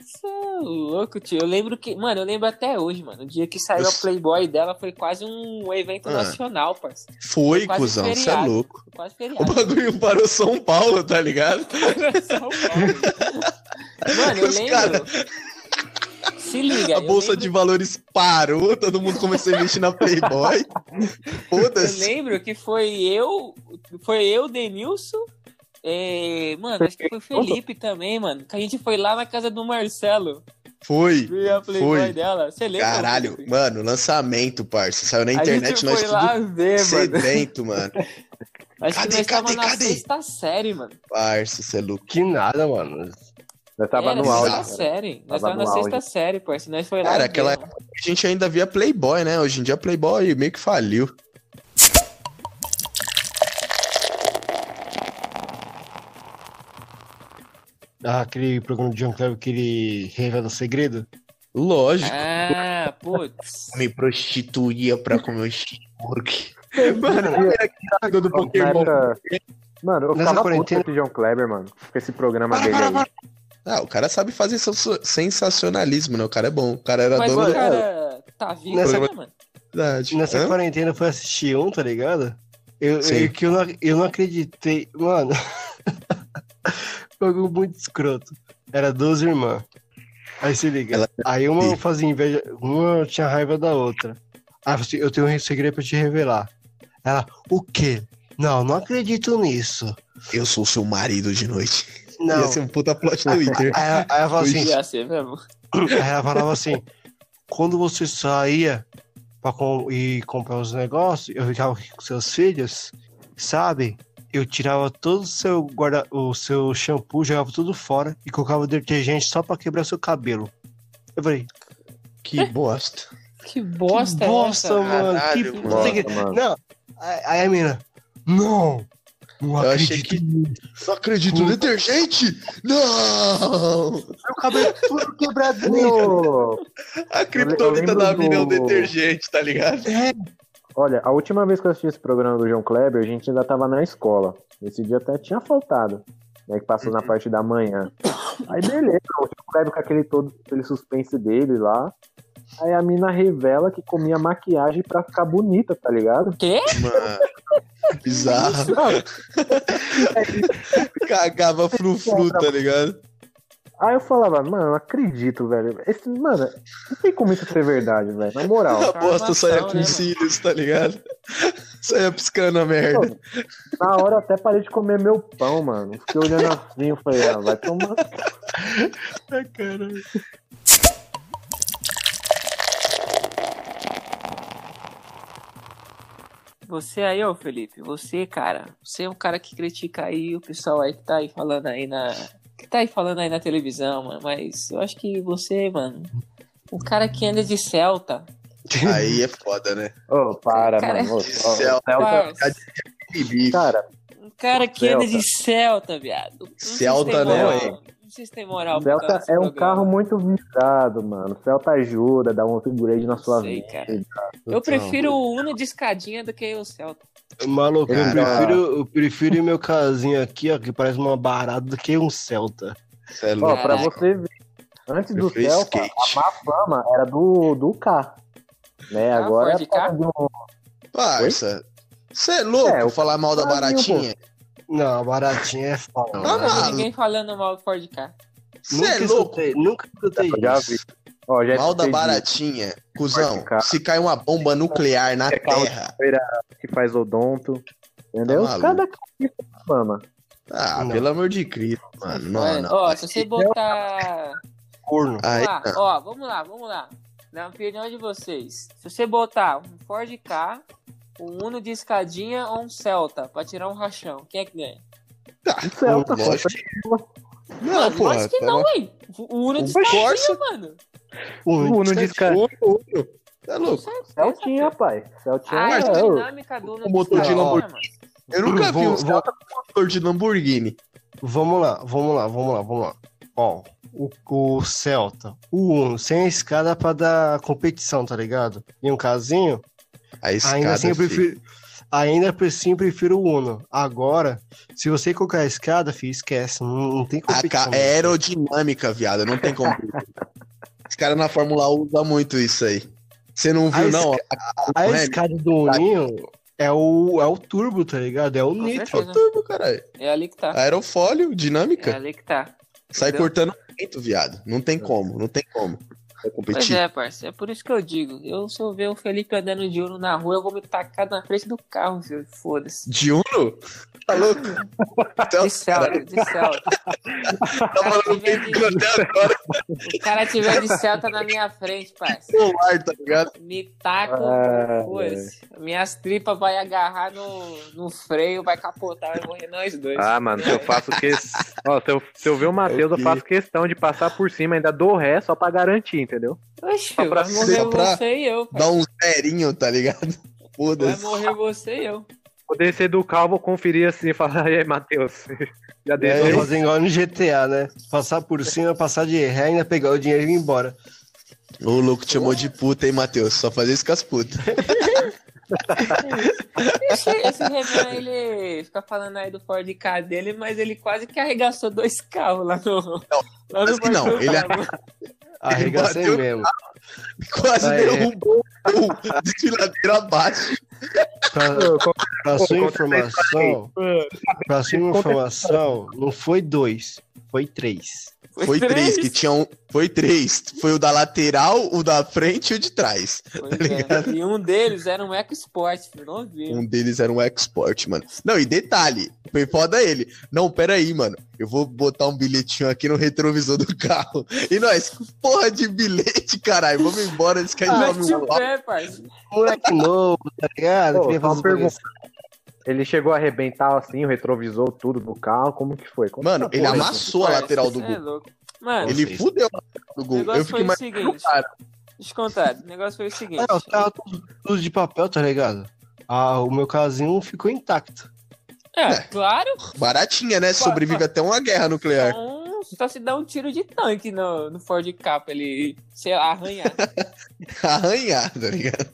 Speaker 2: Você é louco, tio. Eu lembro que. Mano, eu lembro até hoje, mano. O dia que saiu a
Speaker 5: Eu-
Speaker 2: Playboy dela foi quase um evento
Speaker 5: Ah.
Speaker 2: nacional, parça.
Speaker 5: Foi,
Speaker 2: Quase
Speaker 5: cuzão, você é
Speaker 2: feriado.
Speaker 5: louco.
Speaker 2: Foi Quase
Speaker 5: O
Speaker 2: feriado.
Speaker 5: bagulho parou São Paulo, tá ligado?
Speaker 2: Era São Paulo. Mano, eu
Speaker 5: Os
Speaker 2: lembro.
Speaker 5: cara-
Speaker 2: Se liga.
Speaker 5: A
Speaker 2: eu
Speaker 5: bolsa
Speaker 2: lembro-
Speaker 5: de valores parou, todo mundo começou a investir na Playboy.
Speaker 2: Eu
Speaker 5: Foda-se.
Speaker 2: lembro que foi eu. Foi eu, Denilson. é, Mano, acho que foi o Felipe também, mano. Que a gente foi lá na casa do Marcelo.
Speaker 5: Foi.
Speaker 2: Ver a Playboy
Speaker 5: Foi.
Speaker 2: dela. Você lembra?
Speaker 5: Caralho,
Speaker 2: Felipe?
Speaker 5: mano, lançamento, parça. Saiu na
Speaker 2: a
Speaker 5: internet,
Speaker 2: gente
Speaker 5: nós
Speaker 2: foi lá
Speaker 5: tudo
Speaker 2: ver, É, mano.
Speaker 5: sedento, mano.
Speaker 2: Acho que
Speaker 5: Cadê,
Speaker 2: nós estávamos
Speaker 5: cadê,
Speaker 2: na
Speaker 5: cadê?
Speaker 2: sexta série, mano.
Speaker 5: Parça, você é louco.
Speaker 6: Que nada, mano.
Speaker 3: Já tava
Speaker 2: Era
Speaker 3: no
Speaker 2: sexta
Speaker 3: áudio.
Speaker 5: bizarro.
Speaker 3: cara.
Speaker 2: série. Nós
Speaker 3: Tava
Speaker 2: tava na
Speaker 3: no
Speaker 2: sexta
Speaker 3: auge.
Speaker 2: série, parceiro. Nós foi lá.
Speaker 5: Cara,
Speaker 2: ver,
Speaker 5: aquela
Speaker 2: mano.
Speaker 5: A gente ainda via Playboy, né? Hoje em dia Playboy meio que faliu.
Speaker 6: Ah, aquele programa de John Cleber que ele revela o segredo.
Speaker 5: Lógico.
Speaker 2: Ah, putz.
Speaker 5: Me prostituía pra comer o cheeseburger. é- Mano,
Speaker 6: Mano,
Speaker 5: era do
Speaker 3: Na
Speaker 5: Pokémon.
Speaker 3: época- Mano, eu
Speaker 6: Nessa
Speaker 3: ficava
Speaker 6: quarentena-
Speaker 3: puto com o John Kleber, mano. Com esse programa
Speaker 5: Para,
Speaker 3: dele
Speaker 5: para,
Speaker 3: aí.
Speaker 5: para. Ah, o cara sabe fazer sensu- sensacionalismo, né? O cara é bom. O cara era
Speaker 2: Mas
Speaker 5: dono
Speaker 2: o
Speaker 5: da
Speaker 2: cara tá vivo,
Speaker 6: Nessa-
Speaker 2: né, mano?
Speaker 5: cidade.
Speaker 6: nessa
Speaker 5: Hã?
Speaker 6: quarentena eu fui assistir um, tá ligado? Eu,
Speaker 5: Sim.
Speaker 6: eu, que eu, não, eu não acreditei. Mano. Pagou muito escroto. Era duas irmãs. Aí se liga.
Speaker 5: Ela-
Speaker 6: Aí uma fazia inveja, uma tinha raiva da outra. Ah, eu tenho um segredo pra te revelar. Ela, o quê? Não, não acredito nisso.
Speaker 5: Eu sou seu marido de noite.
Speaker 6: Não.
Speaker 5: Ia ser um puta plot Twitter.
Speaker 6: Aí ela, aí ela fala assim,
Speaker 2: Ia ser mesmo.
Speaker 6: Aí ela falava assim: quando você saía pra com- ir comprar os negócios, eu ficava aqui com seus filhos, sabe? eu tirava todo o seu, guarda, o seu shampoo, jogava tudo fora e colocava detergente só pra quebrar seu cabelo. Eu falei,
Speaker 5: Que bosta.
Speaker 2: Que bosta,
Speaker 6: que
Speaker 2: é
Speaker 6: bosta,
Speaker 2: essa?
Speaker 6: mano.
Speaker 5: Caralho,
Speaker 6: que
Speaker 5: mano.
Speaker 6: bosta. que-
Speaker 3: mano.
Speaker 6: Não. Aí aí a mina, não. Não
Speaker 5: Eu achei
Speaker 6: acredito.
Speaker 5: que. Não acredito.
Speaker 6: Puta.
Speaker 5: Detergente? Não!
Speaker 6: Meu cabelo todo quebradinho.
Speaker 3: Ô,
Speaker 5: A
Speaker 3: Eu
Speaker 5: criptonita
Speaker 3: lembro
Speaker 5: da mina é um
Speaker 3: do-
Speaker 5: detergente, tá ligado?
Speaker 6: É,
Speaker 3: Olha, a última vez que eu assisti esse programa do João Kleber, a gente ainda tava na escola. Esse dia até tinha faltado. Né, que passou na parte da manhã. Aí beleza, o João Kleber com aquele todo aquele suspense dele lá. Aí a mina revela que comia maquiagem pra ficar bonita, tá ligado?
Speaker 2: Quê?
Speaker 5: Mano. Bizarro. Cagava frufru, tá ligado?
Speaker 3: Aí eu falava, mano, não acredito, velho. Esse, mano, não tem como isso ser verdade, velho. Na moral.
Speaker 5: A bosta é saia
Speaker 2: armação,
Speaker 5: com
Speaker 2: né,
Speaker 5: cílios, tá ligado? Saia piscando a merda.
Speaker 3: Pô, Na hora eu até parei de comer meu pão, mano. Fiquei olhando assim, eu falei, ah, vai tomar.
Speaker 6: caralho.
Speaker 2: Você aí, ô Felipe, você, cara, você é um cara que critica aí o pessoal aí que tá aí falando aí na. Que tá aí falando aí na televisão, mano. Mas eu acho que você, mano, um cara que anda de Celta.
Speaker 5: Aí é foda, né?
Speaker 3: Ô, para,
Speaker 2: Cara,
Speaker 3: mano. Ô, ô,
Speaker 5: Celta.
Speaker 3: Celta.
Speaker 2: Cara,
Speaker 5: Bibi.
Speaker 3: Cara,
Speaker 2: um cara que anda de
Speaker 3: Celta.
Speaker 2: Celta, viado. Não sei se
Speaker 5: Celta
Speaker 2: tem
Speaker 5: não,
Speaker 2: moral.
Speaker 5: hein?
Speaker 2: Não tá sei se tem moral. pra
Speaker 3: Celta
Speaker 2: esse
Speaker 3: é um
Speaker 2: programa.
Speaker 3: carro muito visado, mano. Celta ajuda, dá um upgrade na sua
Speaker 2: Sei,
Speaker 3: vida.
Speaker 2: cara. Eu prefiro o Uno de escadinha do que o Celta.
Speaker 6: Maluco, eu
Speaker 5: Cara.
Speaker 6: prefiro, eu prefiro ir meu casinho aqui, ó, que parece uma barata, do que um Celta.
Speaker 5: Cê é
Speaker 3: Ó,
Speaker 5: louco.
Speaker 3: pra
Speaker 2: Caraca.
Speaker 3: você ver, antes do
Speaker 5: Prefiro
Speaker 3: Celta,
Speaker 5: skate.
Speaker 3: a má fama era do, do K. Né,
Speaker 2: Ah,
Speaker 3: agora
Speaker 2: Ford
Speaker 3: é a fama de um-
Speaker 5: Parça. Você é louco
Speaker 3: É, eu-
Speaker 5: falar mal da
Speaker 3: Brasil,
Speaker 5: baratinha?
Speaker 6: Não, a baratinha é foda.
Speaker 5: Tá
Speaker 2: Não vi
Speaker 5: maluco.
Speaker 2: ninguém falando mal do Ford K.
Speaker 5: Você
Speaker 6: Nunca
Speaker 5: é louco?
Speaker 6: escutei, nunca escutei
Speaker 3: Eu já
Speaker 6: isso.
Speaker 3: vi. Ó, já
Speaker 5: Mal da
Speaker 3: escutei
Speaker 5: baratinha. Cuzão,
Speaker 3: ficar.
Speaker 5: se cai uma bomba nuclear na
Speaker 3: carro de-
Speaker 5: Terra.
Speaker 3: disso, que faz odonto. Entendeu?
Speaker 5: Tá maluco.
Speaker 3: Cada cara que fama.
Speaker 5: Ah,
Speaker 6: Não.
Speaker 5: pelo amor de Cristo, mano. Não,
Speaker 2: Mano,
Speaker 5: não.
Speaker 2: É, Ó, se você Ah, botar.
Speaker 6: Corno.
Speaker 5: Aí, tá.
Speaker 2: Vamos lá, ó, vamos lá, vamos lá. Na opinião de vocês, se você botar um Ford K, um Uno de escadinha ou um Celta pra tirar um rachão, quem é que ganha?
Speaker 3: O Celta, pô,
Speaker 5: lógico. não, tá
Speaker 2: mano,
Speaker 5: pô.
Speaker 2: acho que não, hein? O Uno de
Speaker 5: Poxa.
Speaker 2: escadinha, mano.
Speaker 6: Um,
Speaker 3: Uno de escada.
Speaker 5: Tá louco?
Speaker 2: Com certeza.
Speaker 3: Celtinha, pai. Celtinha
Speaker 2: A
Speaker 3: é, ô,
Speaker 2: dinâmica do Uno
Speaker 5: O motor
Speaker 6: de
Speaker 2: escadinha, mano.
Speaker 5: Eu nunca vi um
Speaker 6: Vou-
Speaker 5: Celta com motor de Lamborghini.
Speaker 6: Vamos lá, vamos lá, vamos lá, vamos lá. Ó, o, o Celta, o Uno, sem a escada pra dar competição, tá ligado? E um casinho,
Speaker 5: A escada, é
Speaker 6: ainda assim eu
Speaker 5: filho.
Speaker 6: prefiro. Ainda por sim prefiro o Uno. Agora, se você colocar a escada, filho, esquece. Não, não tem
Speaker 5: A
Speaker 6: competição.
Speaker 5: ca... é aerodinâmica, viado. Não tem como. Os caras na Fórmula 1 usam muito isso aí. Você não viu,
Speaker 6: A
Speaker 5: não?
Speaker 6: A
Speaker 5: Não é?
Speaker 6: escada do Uninho é o, é o turbo, tá ligado? É o
Speaker 2: Com
Speaker 6: nitro.
Speaker 2: certeza.
Speaker 5: Turbo, caralho.
Speaker 2: É ali que tá.
Speaker 5: Aerofólio,
Speaker 2: É
Speaker 5: dinâmica.
Speaker 2: ali que tá.
Speaker 5: Sai
Speaker 2: entendeu?
Speaker 5: cortando muito, viado. Não tem como, não tem como. É
Speaker 2: Pois
Speaker 5: competir.
Speaker 2: é, parceiro. É por isso que eu digo. Eu, se eu ver o Felipe andando de Uno na rua, eu vou me tacar na frente do carro, filho. Foda-se.
Speaker 5: De Uno? Tá louco? Então,
Speaker 2: De Celta, de Celta.
Speaker 5: tá falando bem do hotel agora
Speaker 2: O cara tiver de Celta na minha frente, parceiro.
Speaker 5: no ar, tá ligado?
Speaker 2: Me taca,
Speaker 3: Ah,
Speaker 2: foda-se. Minhas tripas vai agarrar no, no freio, vai capotar, vai morrer nós dois. Né?
Speaker 4: Ah, mano, se eu faço que... Ó, se, eu, se eu ver o Matheus, eu
Speaker 5: Ok.
Speaker 4: faço questão de passar por cima, ainda dou ré só pra garantir, entendeu?
Speaker 2: Oxi,
Speaker 4: Só pra-
Speaker 2: vai morrer
Speaker 5: só pra-
Speaker 2: você e eu,
Speaker 5: Dá
Speaker 2: parceiro.
Speaker 5: um zerinho, tá ligado?
Speaker 2: Vai
Speaker 5: Foda-se.
Speaker 2: morrer você e eu.
Speaker 4: Vou descer do carro, vou conferir assim, falar, e aí, Matheus, já
Speaker 6: É, Vou
Speaker 4: desceu?
Speaker 6: fazer igual no GTA, né? Passar por cima, passar de ré, ainda pegar o dinheiro e ir embora.
Speaker 5: Ô, louco te chamou de puta, hein, Matheus? Só fazer isso com as putas.
Speaker 2: Esse, esse Renan, ele fica falando aí do Ford K dele, mas ele quase que arregaçou dois carros lá no. lá
Speaker 5: quase que não,
Speaker 2: Porto
Speaker 5: ele-
Speaker 2: Bravo.
Speaker 6: Arregacei
Speaker 5: bateu-
Speaker 6: mesmo.
Speaker 5: Quase
Speaker 4: Ah, é.
Speaker 5: derrubou o desfiladeiro abaixo.
Speaker 6: Pra, pra sua informação, pra sua informação, não foi dois, foi três.
Speaker 5: Foi três, que tinham. um- Foi três. Foi o da lateral, o da frente e o de trás.
Speaker 2: Pois é. E um deles era um Eco Sport, filho, novinho.
Speaker 5: Um deles era um export, mano. Não, e detalhe, foi foda ele. Não, peraí, mano. Eu vou botar um bilhetinho aqui no retrovisor do carro. E nós, porra de bilhete, caralho. Vamos embora, eles querem
Speaker 2: Ah,
Speaker 5: tomar
Speaker 2: Mete
Speaker 5: um
Speaker 2: o
Speaker 5: pau.
Speaker 2: pé, parceiro.
Speaker 6: Moleque novo, tá ligado?
Speaker 3: Ô,
Speaker 6: Queria
Speaker 3: só uma
Speaker 6: fazer
Speaker 3: pergunta. Ele chegou a arrebentar assim, o retrovisor, tudo do carro. Como que foi? Como
Speaker 5: Mano,
Speaker 3: que
Speaker 5: ele
Speaker 3: foi?
Speaker 5: amassou a lateral do
Speaker 2: Cê é
Speaker 5: gol.
Speaker 2: louco. Mano,
Speaker 5: Ele
Speaker 4: Vocês.
Speaker 5: fudeu a lateral do
Speaker 2: o
Speaker 5: gol. Eu
Speaker 2: negócio foi
Speaker 5: fiquei
Speaker 2: o
Speaker 5: mais
Speaker 2: seguinte.
Speaker 5: preocupado. tá
Speaker 2: Descontado. O negócio foi o seguinte.
Speaker 6: É, os carros tudo, tudo de papel, tá ligado? Ah, o meu casinho ficou intacto.
Speaker 2: É, claro.
Speaker 5: Baratinha, né? Sobrevive até uma guerra nuclear.
Speaker 2: Então, só se dá um tiro de tanque no, no Ford Capa, ele se arranhar.
Speaker 5: Arranhar, tá ligado?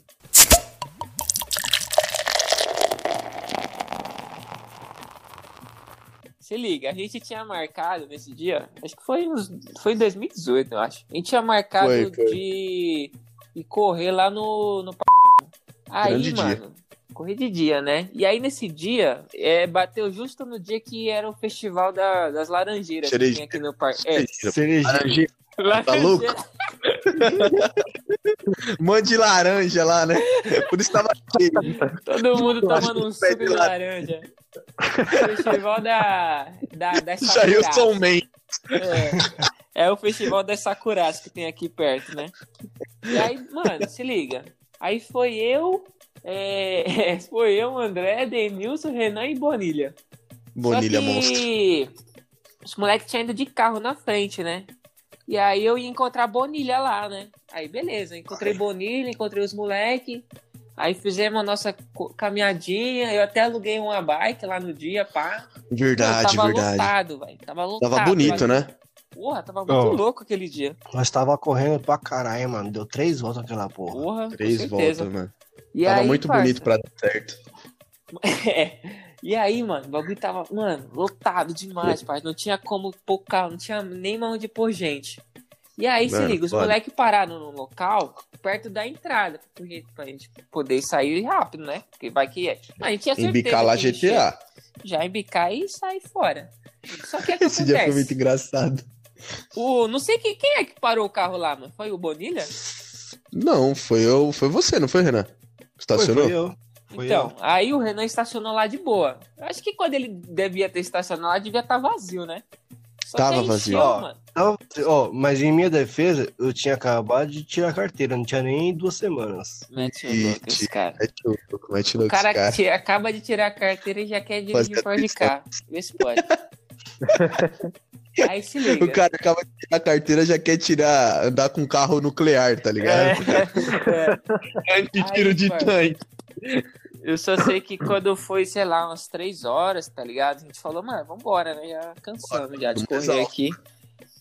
Speaker 2: Se liga, a gente tinha marcado nesse dia, acho que foi, nos, foi em 2018, eu acho. A gente tinha marcado
Speaker 5: Foi, foi.
Speaker 2: de ir correr lá no. no... pa- Aí,
Speaker 5: Grande dia.
Speaker 2: mano, corri de dia, né? E aí nesse dia, é, bateu justo no dia que era o festival da- das laranjeiras que
Speaker 5: Cerejeira.
Speaker 2: tinha aqui no parque. É,
Speaker 6: Cerejeira.
Speaker 5: Tá louco? Mande de laranja lá, né? Por isso tava cheio.
Speaker 2: Todo mundo tomando um
Speaker 5: pé
Speaker 2: suco
Speaker 5: de
Speaker 2: de laranja. Festival da. da das sakuras.
Speaker 5: Jailson Man.
Speaker 2: É, é o festival das sakuras que tem aqui perto, né? E aí, mano, se liga. Aí foi eu. é, foi eu, André, Denilson, Renan e Bonilha.
Speaker 5: Bonilha
Speaker 2: Só que
Speaker 5: monstro.
Speaker 2: Os moleques tinham ido de carro na frente, né? E aí eu ia encontrar Bonilha lá, né? Aí beleza, encontrei Bonilha, encontrei os moleques. Aí fizemos a nossa co- caminhadinha. Eu até aluguei uma bike lá no dia, pá.
Speaker 5: Verdade,
Speaker 2: tava
Speaker 5: verdade.
Speaker 2: lotado, velho. Tava lotado.
Speaker 5: Tava bonito,
Speaker 2: tava-
Speaker 5: né?
Speaker 2: Porra, tava muito
Speaker 6: Ó.
Speaker 2: louco aquele dia.
Speaker 6: Nós tava correndo pra caralho, mano. Deu três voltas aquela porra.
Speaker 2: Porra,
Speaker 5: Três
Speaker 2: com certeza.
Speaker 5: voltas, mano.
Speaker 2: E
Speaker 5: Tava
Speaker 2: aí,
Speaker 5: muito
Speaker 2: parça,
Speaker 5: bonito pra dar certo.
Speaker 2: É. E aí, mano, o bagulho tava, mano, lotado demais, parça. Não tinha como focar, não tinha nem mão de pôr gente. E aí, se
Speaker 5: Mano,
Speaker 2: liga, os
Speaker 5: foda.
Speaker 2: moleques pararam num local perto da entrada, pra gente- pra gente poder sair rápido, né? Porque vai que é. A gente tinha certeza.
Speaker 5: Embicar lá
Speaker 2: que enchia.
Speaker 5: GTA.
Speaker 2: Já embicar e sair fora. Só que o que
Speaker 5: Esse dia foi
Speaker 2: acontece?
Speaker 5: muito engraçado.
Speaker 2: O, não sei quem, quem é que parou o carro lá, mano. Foi o Bonilha?
Speaker 5: Não, foi eu, foi você, não foi, Renan?
Speaker 6: Foi,
Speaker 5: Estacionou?
Speaker 6: foi eu. Foi
Speaker 2: Então, aí o Renan estacionou lá de boa. Eu acho que quando ele devia ter estacionado lá, devia estar vazio, né? Só
Speaker 5: Tava
Speaker 2: encheu,
Speaker 5: vazio.
Speaker 6: Ó.
Speaker 2: mano.
Speaker 6: Não, ó, mas em minha defesa, eu tinha acabado de tirar a carteira, não tinha nem duas semanas.
Speaker 2: Mete o
Speaker 5: Ih,
Speaker 2: louco, né? esse cara.
Speaker 5: Mete o louco, mete
Speaker 2: O
Speaker 5: louco
Speaker 2: cara,
Speaker 5: esse cara.
Speaker 2: que acaba de tirar a carteira e já quer dirigir
Speaker 5: Fazer
Speaker 2: fora de
Speaker 5: atenção.
Speaker 2: carro. Vê se pode. aí se liga.
Speaker 5: O cara acaba de tirar a carteira já quer tirar, andar com um carro nuclear, tá ligado?
Speaker 2: É, é.
Speaker 5: tiro
Speaker 2: Aí,
Speaker 5: de
Speaker 2: pai.
Speaker 5: tanque.
Speaker 2: Eu só sei que quando foi, sei lá, umas três horas, tá ligado? A gente falou, mano, vambora, né? Já cansamos já de
Speaker 5: Vamos rezar.
Speaker 2: correr aqui.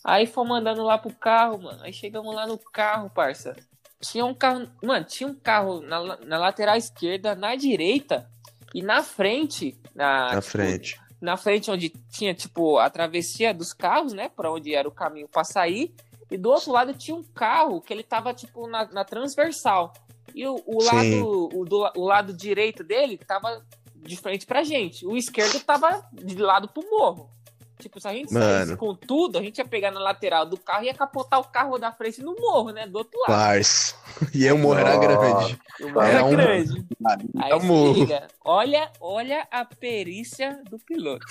Speaker 2: Aí fomos andando lá pro carro, mano. Aí chegamos lá no carro, parça. Tinha um carro. Mano, tinha um carro na, la- na lateral esquerda, na direita e na frente. Na,
Speaker 5: Na
Speaker 2: tipo,
Speaker 5: frente.
Speaker 2: na frente onde tinha, tipo, a travessia dos carros, né? Pra onde era o caminho pra sair. E do outro lado tinha um carro que ele tava, tipo, na, na transversal. E o, o
Speaker 5: Sim.
Speaker 2: lado, o, do, o lado direito dele tava de frente pra gente. O esquerdo tava de lado pro morro. Tipo, se a gente saísse
Speaker 5: Mano.
Speaker 2: com tudo, a gente ia pegar na lateral do carro e ia capotar o carro da frente no morro, né? Do outro lado.
Speaker 5: Pars. E eu morrer na grande.
Speaker 2: O morro era
Speaker 5: Era um-
Speaker 2: grande. Aí
Speaker 5: era um
Speaker 2: se
Speaker 5: morro.
Speaker 2: liga, olha, olha a perícia do piloto.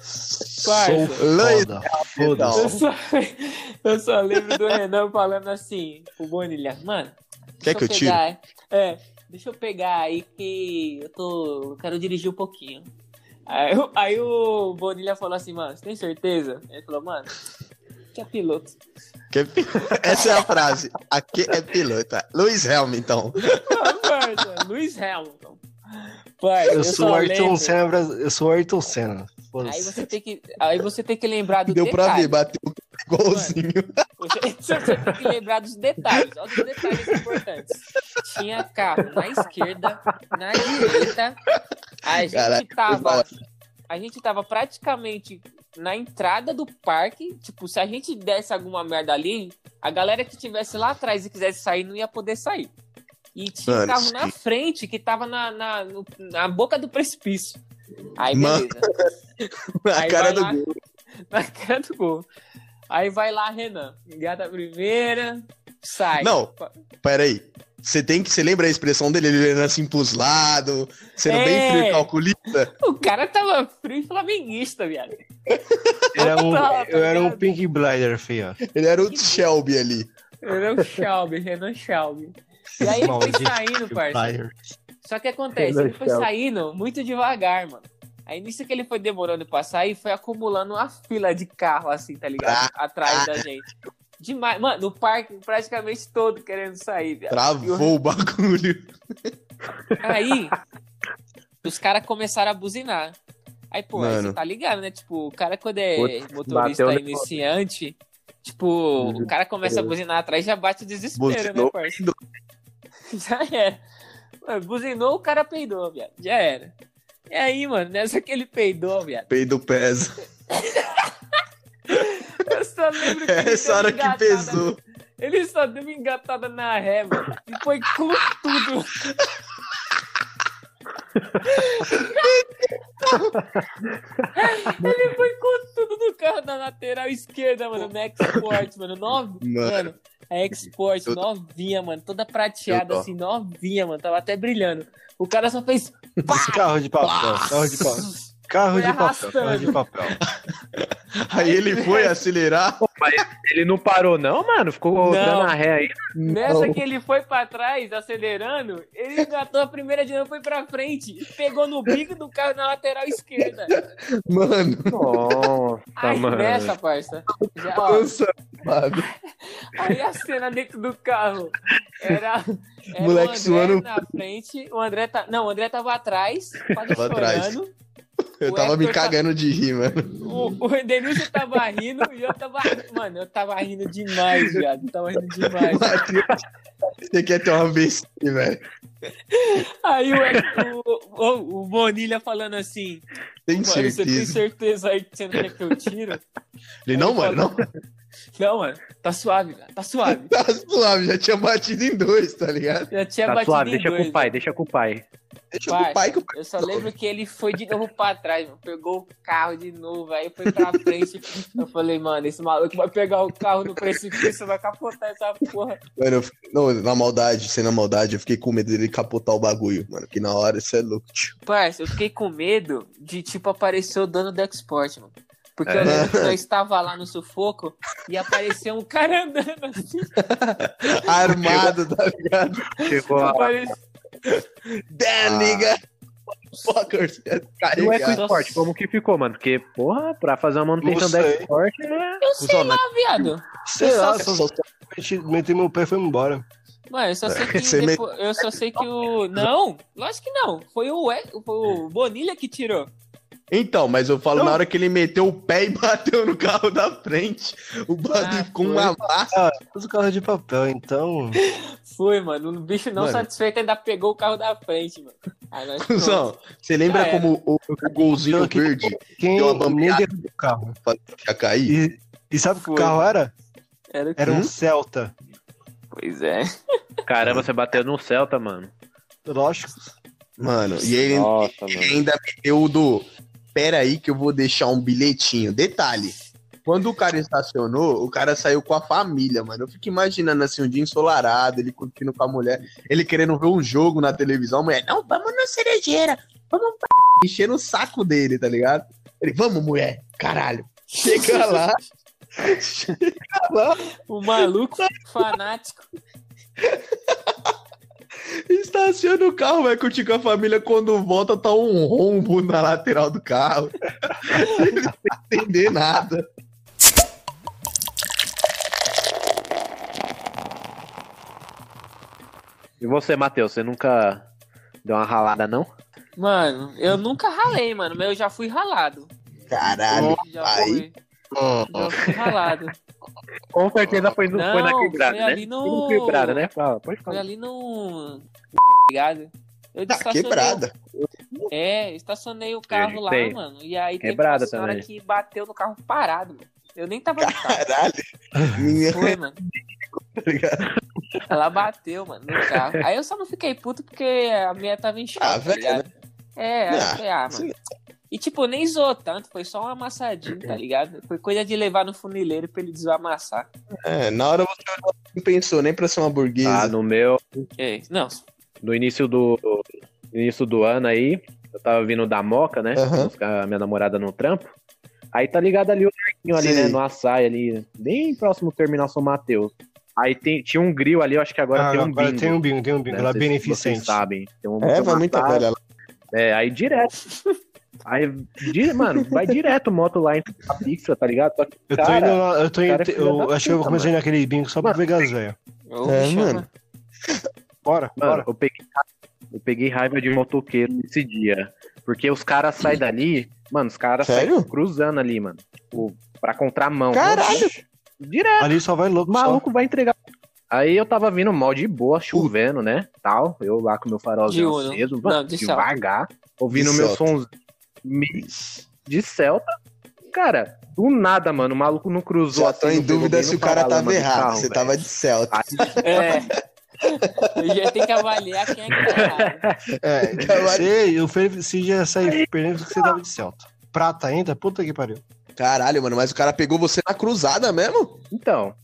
Speaker 6: Sou
Speaker 2: Parça.
Speaker 6: foda.
Speaker 2: Eu
Speaker 6: Foda-se.
Speaker 2: só, eu só lembro do Renan falando assim, o Bonilha, mano.
Speaker 5: Quer
Speaker 2: deixa
Speaker 5: que eu tire?
Speaker 2: pegar, É, deixa eu pegar aí que eu tô. eu quero dirigir um pouquinho. Aí, o- aí o Bonilha falou assim, mano, você tem certeza? Ele falou, mano, que é piloto.
Speaker 5: Que é pi- Essa é a frase. Aqui é pilota. Luiz então. Hamilton.
Speaker 2: Ah, parça, Luiz Hamilton. Parça,
Speaker 6: Eu, sou o
Speaker 2: só
Speaker 6: Ayrton
Speaker 2: lembro.
Speaker 6: Senna. bras- Eu sou o Ayrton Senna.
Speaker 2: Aí
Speaker 6: Foda-se.
Speaker 2: você tem que, aí você tem que lembrar do
Speaker 5: Deu pra
Speaker 2: detalhe.
Speaker 5: ver, bateu um igualzinho.
Speaker 2: Você- Você tem que lembrar dos detalhes, olha os detalhes importantes. Tinha carro na esquerda, na direita. A gente
Speaker 5: Caraca, foi
Speaker 2: tava.
Speaker 5: mal.
Speaker 2: A gente tava praticamente na entrada do parque. Tipo, se a gente desse alguma merda ali, a galera que tivesse lá atrás e quisesse sair não ia poder sair. E tinha
Speaker 5: Mano,
Speaker 2: carro na
Speaker 5: sim.
Speaker 2: frente que tava na, na, no- na boca do precipício. Aí,
Speaker 5: Mano.
Speaker 2: beleza.
Speaker 5: A
Speaker 2: Aí
Speaker 5: cara
Speaker 2: vai
Speaker 5: do
Speaker 2: lá-
Speaker 5: gol.
Speaker 2: Na cara do gol. Aí vai lá, Renan. Engata a primeira, sai.
Speaker 5: Não.
Speaker 2: Pa-
Speaker 5: Peraí. Você tem que. Você lembra a expressão dele? Ele olhando assim pros lados, sendo
Speaker 2: É.
Speaker 5: bem frio e calculista.
Speaker 2: O cara tava frio e flamenguista, viado.
Speaker 6: Era um-
Speaker 2: Tá, tá
Speaker 6: eu era um
Speaker 2: ligado?
Speaker 6: Pink Blinder, filho.
Speaker 5: Ele era o Shelby ali.
Speaker 2: Renan Schaub, Renan Schaub. E aí ele foi
Speaker 6: Maldito
Speaker 2: saindo, parça.
Speaker 6: Blinder.
Speaker 2: Só que acontece,
Speaker 3: Meu
Speaker 2: ele foi
Speaker 3: céu.
Speaker 2: saindo muito devagar, mano. Aí nisso que ele foi demorando pra sair, foi acumulando uma fila de carro, assim, tá ligado?
Speaker 5: Ah,
Speaker 2: Atrás da gente. Demais. Mano, o parque praticamente todo querendo sair, viado.
Speaker 5: Travou o bagulho.
Speaker 2: Aí, os caras começaram a buzinar. Aí, pô, aí
Speaker 5: Mano.
Speaker 2: você tá ligado, né? Tipo, o cara quando é
Speaker 3: Putz, bateu
Speaker 2: motorista
Speaker 3: no-
Speaker 2: iniciante, tipo, o cara começa a buzinar atrás já bate o desespero, né,
Speaker 5: Buzinou,
Speaker 2: parceiro? Já era. Mano, buzinou, o cara peidou, viado. Já era. E aí, mano, nessa que ele peidou, viado.
Speaker 5: Peido pesa.
Speaker 2: Eu só lembro que ele
Speaker 5: É essa
Speaker 2: deu uma
Speaker 5: hora que
Speaker 2: engatada-
Speaker 5: pesou.
Speaker 2: Ele só deu uma engatada na ré, mano. E foi com tudo. Ele foi com tudo no carro da lateral esquerda, mano. Na Export, mano. Nove...
Speaker 5: Mano,
Speaker 2: Mano, a Export,
Speaker 5: Eu-
Speaker 2: novinha, mano. Toda prateada,
Speaker 5: Eu tô.
Speaker 2: assim, novinha, mano. Tava até brilhando. O cara só fez.
Speaker 6: Carro de papel, carro de papel. Carro
Speaker 2: Foi
Speaker 6: de papel, carro de papel.
Speaker 5: aí
Speaker 2: é
Speaker 5: ele foi acelerar.
Speaker 4: Ele não parou, não, mano? Ficou
Speaker 2: Não.
Speaker 4: dando a ré aí.
Speaker 2: Nessa que ele foi pra trás, acelerando, ele engatou a primeira de novo, foi pra frente. e Pegou no bico do carro na lateral esquerda.
Speaker 5: Mano,
Speaker 3: Nossa,
Speaker 2: Aí
Speaker 4: Tá, mano.
Speaker 2: nessa, parça. Já, ó,
Speaker 5: nossa, mano.
Speaker 2: aí a cena dentro do carro. Era, era
Speaker 5: Moleque
Speaker 2: o André
Speaker 5: suando.
Speaker 2: na frente. O André tá. Não, o André tava atrás, quase
Speaker 5: Tava atrás.
Speaker 2: chorando.
Speaker 5: Eu tava me
Speaker 2: Hector tá-
Speaker 5: cagando de rir, mano.
Speaker 2: O, o Edenilson tava rindo e eu tava. Mano, eu tava rindo demais, viado. Tava rindo demais.
Speaker 5: Matheus, Você quer ter uma vez, velho?
Speaker 2: Aí o, Hector- o, o, o Bonilha falando assim.
Speaker 5: Tem
Speaker 2: Mano, você tem
Speaker 5: certeza.
Speaker 2: certeza aí que você não quer que eu tiro?
Speaker 5: Ele não, mano, não.
Speaker 2: Não, mano, tá suave, cara, tá suave.
Speaker 5: Tá suave, já tinha batido em dois, tá ligado?
Speaker 2: Já tinha
Speaker 4: Tá
Speaker 2: batido
Speaker 4: suave,
Speaker 2: em
Speaker 4: deixa
Speaker 2: dois,
Speaker 4: com o pai,
Speaker 2: né?
Speaker 4: deixa com o pai.
Speaker 5: Deixa o pai que o pai.
Speaker 2: Eu só lembro que ele foi de novo pra trás, mano. pegou o carro de novo, aí foi pra frente. Eu falei, mano, esse maluco vai pegar o carro no precipício, vai capotar essa porra.
Speaker 5: Mano, eu fiquei- não, na maldade, sem na maldade, eu fiquei com medo dele capotar o bagulho, mano. Que na hora isso é louco, tio.
Speaker 2: Parça, eu fiquei com medo de, tipo, aparecer o dono do Export, mano. Porque eu
Speaker 5: É.
Speaker 2: lembro que eu estava lá no sufoco e apareceu um cara andando assim.
Speaker 5: Armado, tá ligado?
Speaker 4: Chegou a...
Speaker 2: Apareceu...
Speaker 6: Ah.
Speaker 5: Damn, nigga! Fuckers!
Speaker 6: é
Speaker 4: E o Eco
Speaker 5: Carregado.
Speaker 4: Sport, é como que ficou, mano? Porque, porra, pra fazer uma manutenção
Speaker 6: Não
Speaker 4: da
Speaker 6: sei.
Speaker 4: Eco Sport é...
Speaker 2: Eu sei lá, viado.
Speaker 6: Sei lá,
Speaker 5: Nossa,
Speaker 6: só
Speaker 5: só-
Speaker 6: meti- meti meu pé e foi embora.
Speaker 2: Mano, eu só sei que
Speaker 5: É. Você me-
Speaker 2: depois- eu só sei que o não, lógico que não. Foi o E- foi o Bonilha que tirou.
Speaker 5: Então, mas eu falo na hora que ele meteu o pé e bateu no carro da frente. O bagulho
Speaker 2: Ah,
Speaker 5: ficou um
Speaker 2: foi.
Speaker 5: uma massa.
Speaker 6: Mas o carro é de papel, então.
Speaker 2: Foi, mano. O bicho não
Speaker 5: Mano.
Speaker 2: satisfeito ainda pegou o carro da frente, mano. Aí nós
Speaker 5: Cusão, você lembra
Speaker 2: Já era.
Speaker 5: como o, o golzinho
Speaker 6: Então, que-
Speaker 5: verde
Speaker 6: Quem
Speaker 5: Deu uma
Speaker 6: nem
Speaker 5: bambeada.
Speaker 6: derrubou o carro.
Speaker 5: ia cair?
Speaker 6: E, e sabe o que o
Speaker 2: Foi.
Speaker 6: carro era?
Speaker 2: Era o que-
Speaker 6: Era
Speaker 5: Hum?
Speaker 6: um Celta.
Speaker 2: Pois é.
Speaker 4: Caramba, você bateu no Celta, mano.
Speaker 6: Lógico.
Speaker 5: Mano, e ele
Speaker 4: Nossa,
Speaker 5: E ainda meteu o do. Pera aí que eu vou deixar um bilhetinho. Detalhe. Quando o cara estacionou, o cara saiu com a família, mano. Eu fico imaginando assim, um dia ensolarado, ele curtindo com a mulher, ele querendo ver um jogo na televisão, a mulher, não, vamos na cerejeira, vamos pra... enchendo o saco dele, tá ligado? Ele, vamos, mulher, caralho. Chega lá,
Speaker 2: O maluco fanático.
Speaker 5: estaciona o carro, vai curtir com a família. Quando volta, tá um rombo na lateral do carro. ele não vai entender nada.
Speaker 4: E você, Matheus, você nunca deu uma ralada, não?
Speaker 2: Mano, eu nunca ralei, mano, mas eu já fui ralado.
Speaker 5: Caralho.
Speaker 2: Já
Speaker 5: Aí.
Speaker 2: fui, já fui ralado.
Speaker 4: Com certeza foi, né?
Speaker 2: Não, foi ali no-
Speaker 4: Foi na quebrada, né? Fala, pode
Speaker 2: Foi
Speaker 4: falar.
Speaker 2: ali no ligado? Eu
Speaker 5: Tá
Speaker 2: estacionei o
Speaker 5: quebrada.
Speaker 2: É, estacionei o carro lá,
Speaker 4: sei.
Speaker 2: mano. E aí teve
Speaker 4: Quebrada
Speaker 2: uma senhora
Speaker 4: também.
Speaker 2: que bateu no carro parado, mano. Eu nem tava no carro.
Speaker 5: Caralho. Minha...
Speaker 2: Foi, mano.
Speaker 5: Tá
Speaker 2: Ela bateu, mano, no carro. Aí eu só não fiquei puto porque a minha tava em choque,
Speaker 5: Ah,
Speaker 2: tá
Speaker 5: velho,
Speaker 2: ligado? É, aí eu
Speaker 5: Ah,
Speaker 2: falei, ah,
Speaker 5: sim.
Speaker 2: mano. E, tipo, nem zoou tanto, foi só um amassadinho, tá ligado? Foi coisa de levar no funileiro pra ele desamassar.
Speaker 5: É, na hora você não pensou nem pra ser uma
Speaker 6: Tá.
Speaker 4: Ah,
Speaker 5: burguesa.
Speaker 4: no meu,
Speaker 2: É, não,
Speaker 4: no início do, no início do ano aí, eu tava vindo da Moca, né?
Speaker 5: Aham.
Speaker 4: Buscar a minha namorada no trampo. Aí tá ligado ali o parquinho ali,
Speaker 5: Sim.
Speaker 4: né? No açaí ali, bem próximo do terminal São Mateus. Aí tem- tinha um grill ali, eu acho que agora
Speaker 6: Ah,
Speaker 4: tem um
Speaker 6: agora
Speaker 4: bingo.
Speaker 6: tem um bingo, tem um bingo.
Speaker 4: né?
Speaker 6: Lá
Speaker 4: Vocês-
Speaker 6: beneficente.
Speaker 4: Vocês sabem. Tem um
Speaker 5: É, vai muita
Speaker 4: massagem.
Speaker 5: velha lá.
Speaker 4: É, aí direto. Aí, di- mano, vai direto moto lá em Pixel, tá ligado? Só que,
Speaker 6: Eu tô
Speaker 4: cara,
Speaker 6: indo lá, eu tô indo.
Speaker 4: cara é filho
Speaker 6: eu
Speaker 4: da
Speaker 6: acho que eu vou
Speaker 4: puta,
Speaker 6: começar naquele bingo só pra pegar as velhas.
Speaker 2: Ou
Speaker 5: É,
Speaker 2: me chama.
Speaker 5: mano.
Speaker 6: Bora,
Speaker 4: mano,
Speaker 6: bora.
Speaker 4: eu peguei, eu peguei raiva de motoqueiro esse dia. Porque os caras saem dali, mano, os caras saem
Speaker 5: Sério?
Speaker 4: cruzando ali, mano. Tipo, pra contramão.
Speaker 5: Caralho!
Speaker 4: Direto,
Speaker 6: Ali só vai louco.
Speaker 4: o maluco vai entregar. Aí eu tava vindo mal de boa, chovendo, né? Tal. Eu lá com meu farolzinho
Speaker 2: De Uno.
Speaker 4: aceso,
Speaker 2: Não,
Speaker 4: mano,
Speaker 2: de Celta.
Speaker 4: devagar. Ouvindo
Speaker 5: De
Speaker 4: meu
Speaker 5: Celta.
Speaker 4: sons de Celta. Cara, do nada, mano, o maluco não cruzou.
Speaker 5: Já tô
Speaker 4: assim,
Speaker 5: em
Speaker 4: não pegou
Speaker 5: dúvida
Speaker 4: bem
Speaker 5: se
Speaker 4: no
Speaker 5: o cara
Speaker 4: paralama
Speaker 5: tava
Speaker 4: do
Speaker 5: errado.
Speaker 4: carro,
Speaker 5: Você
Speaker 4: velho.
Speaker 5: tava de Celta.
Speaker 2: É. Eu já tenho que avaliar quem é que tá errado.
Speaker 6: É, você, o Felipe, se já sair perdendo porque você dava de Celta. Prata ainda? Puta que pariu.
Speaker 5: Caralho, mano, mas o cara pegou você na cruzada mesmo?
Speaker 4: Então,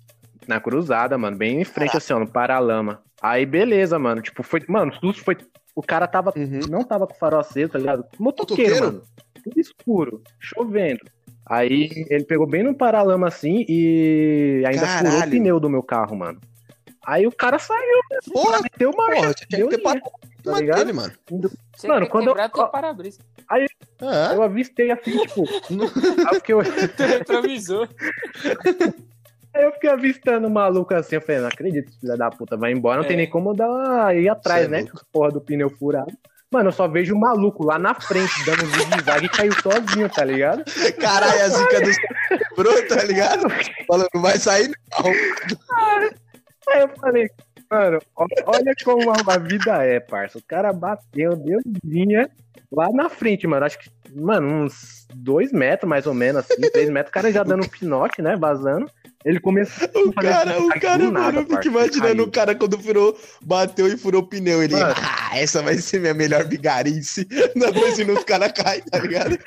Speaker 4: na cruzada, mano, bem em frente, assim, ó, no paralama. Aí, beleza, mano. Tipo, foi. Mano, o susto foi. O cara tava. Não tava com o farol aceso, tá ligado? Motoqueiro,
Speaker 5: Motoqueiro?
Speaker 4: mano. Tudo escuro, chovendo. Aí ele pegou bem no paralama assim e ainda furou o
Speaker 5: Caralho.
Speaker 4: pneu do meu carro, mano. Aí o cara saiu,
Speaker 5: Porra,
Speaker 4: meteu uma.
Speaker 5: porra, você tinha que ter
Speaker 4: Deu linha.
Speaker 5: parado em cima
Speaker 4: Tá ligado?
Speaker 5: dele, mano.
Speaker 2: Você
Speaker 4: Mano,
Speaker 2: quer
Speaker 4: quando eu-
Speaker 2: quebrar teu para-brisa.
Speaker 5: Ah,
Speaker 4: Eu avistei assim, tipo. aí, eu fiquei, aí
Speaker 2: Teu retrovisor.
Speaker 4: eu fiquei avistando o maluco assim. Eu falei, não acredito, esse filho da puta vai embora. Não tem
Speaker 2: É.
Speaker 4: nem como eu dar uma- ir
Speaker 5: Cê
Speaker 4: atrás,
Speaker 5: é
Speaker 4: né?
Speaker 5: louco.
Speaker 4: porra do pneu furado. Mano, eu só vejo o maluco lá na frente, dando um zigue-zague e caiu sozinho, tá ligado?
Speaker 5: Caralho, a zica do quebrou, tá ligado? Falando, não vai sair não.
Speaker 4: Aí eu falei, mano, ó- olha como a- a vida é, parça. O cara bateu, deu linha lá na frente, mano. Acho que, mano, uns dois metros, mais ou menos, assim, três metros. O cara já dando um pinote, né, vazando. Ele começou
Speaker 5: O cara, o
Speaker 4: zigue-zague
Speaker 5: cara,
Speaker 4: do nada,
Speaker 5: mano, eu fico
Speaker 4: parça.
Speaker 5: imaginando
Speaker 4: Caiu.
Speaker 5: o cara quando furou, bateu e furou o pneu. Ele,
Speaker 4: Mano.
Speaker 5: ah, essa vai ser minha melhor bigarice. Na vez que os caras caem, tá ligado?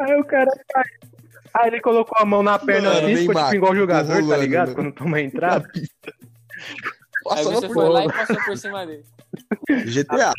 Speaker 4: Aí o cara caiu. Aí ele colocou a mão na perna
Speaker 5: Mano,
Speaker 4: assim, ficou
Speaker 5: Neymar,
Speaker 4: tipo igual o jogador, tá
Speaker 5: rolando,
Speaker 4: ligado?
Speaker 5: né?
Speaker 4: Quando toma a entrada.
Speaker 2: Aí
Speaker 5: Passando
Speaker 2: você
Speaker 5: por
Speaker 2: foi lá e passou por cima dele.
Speaker 5: GTA.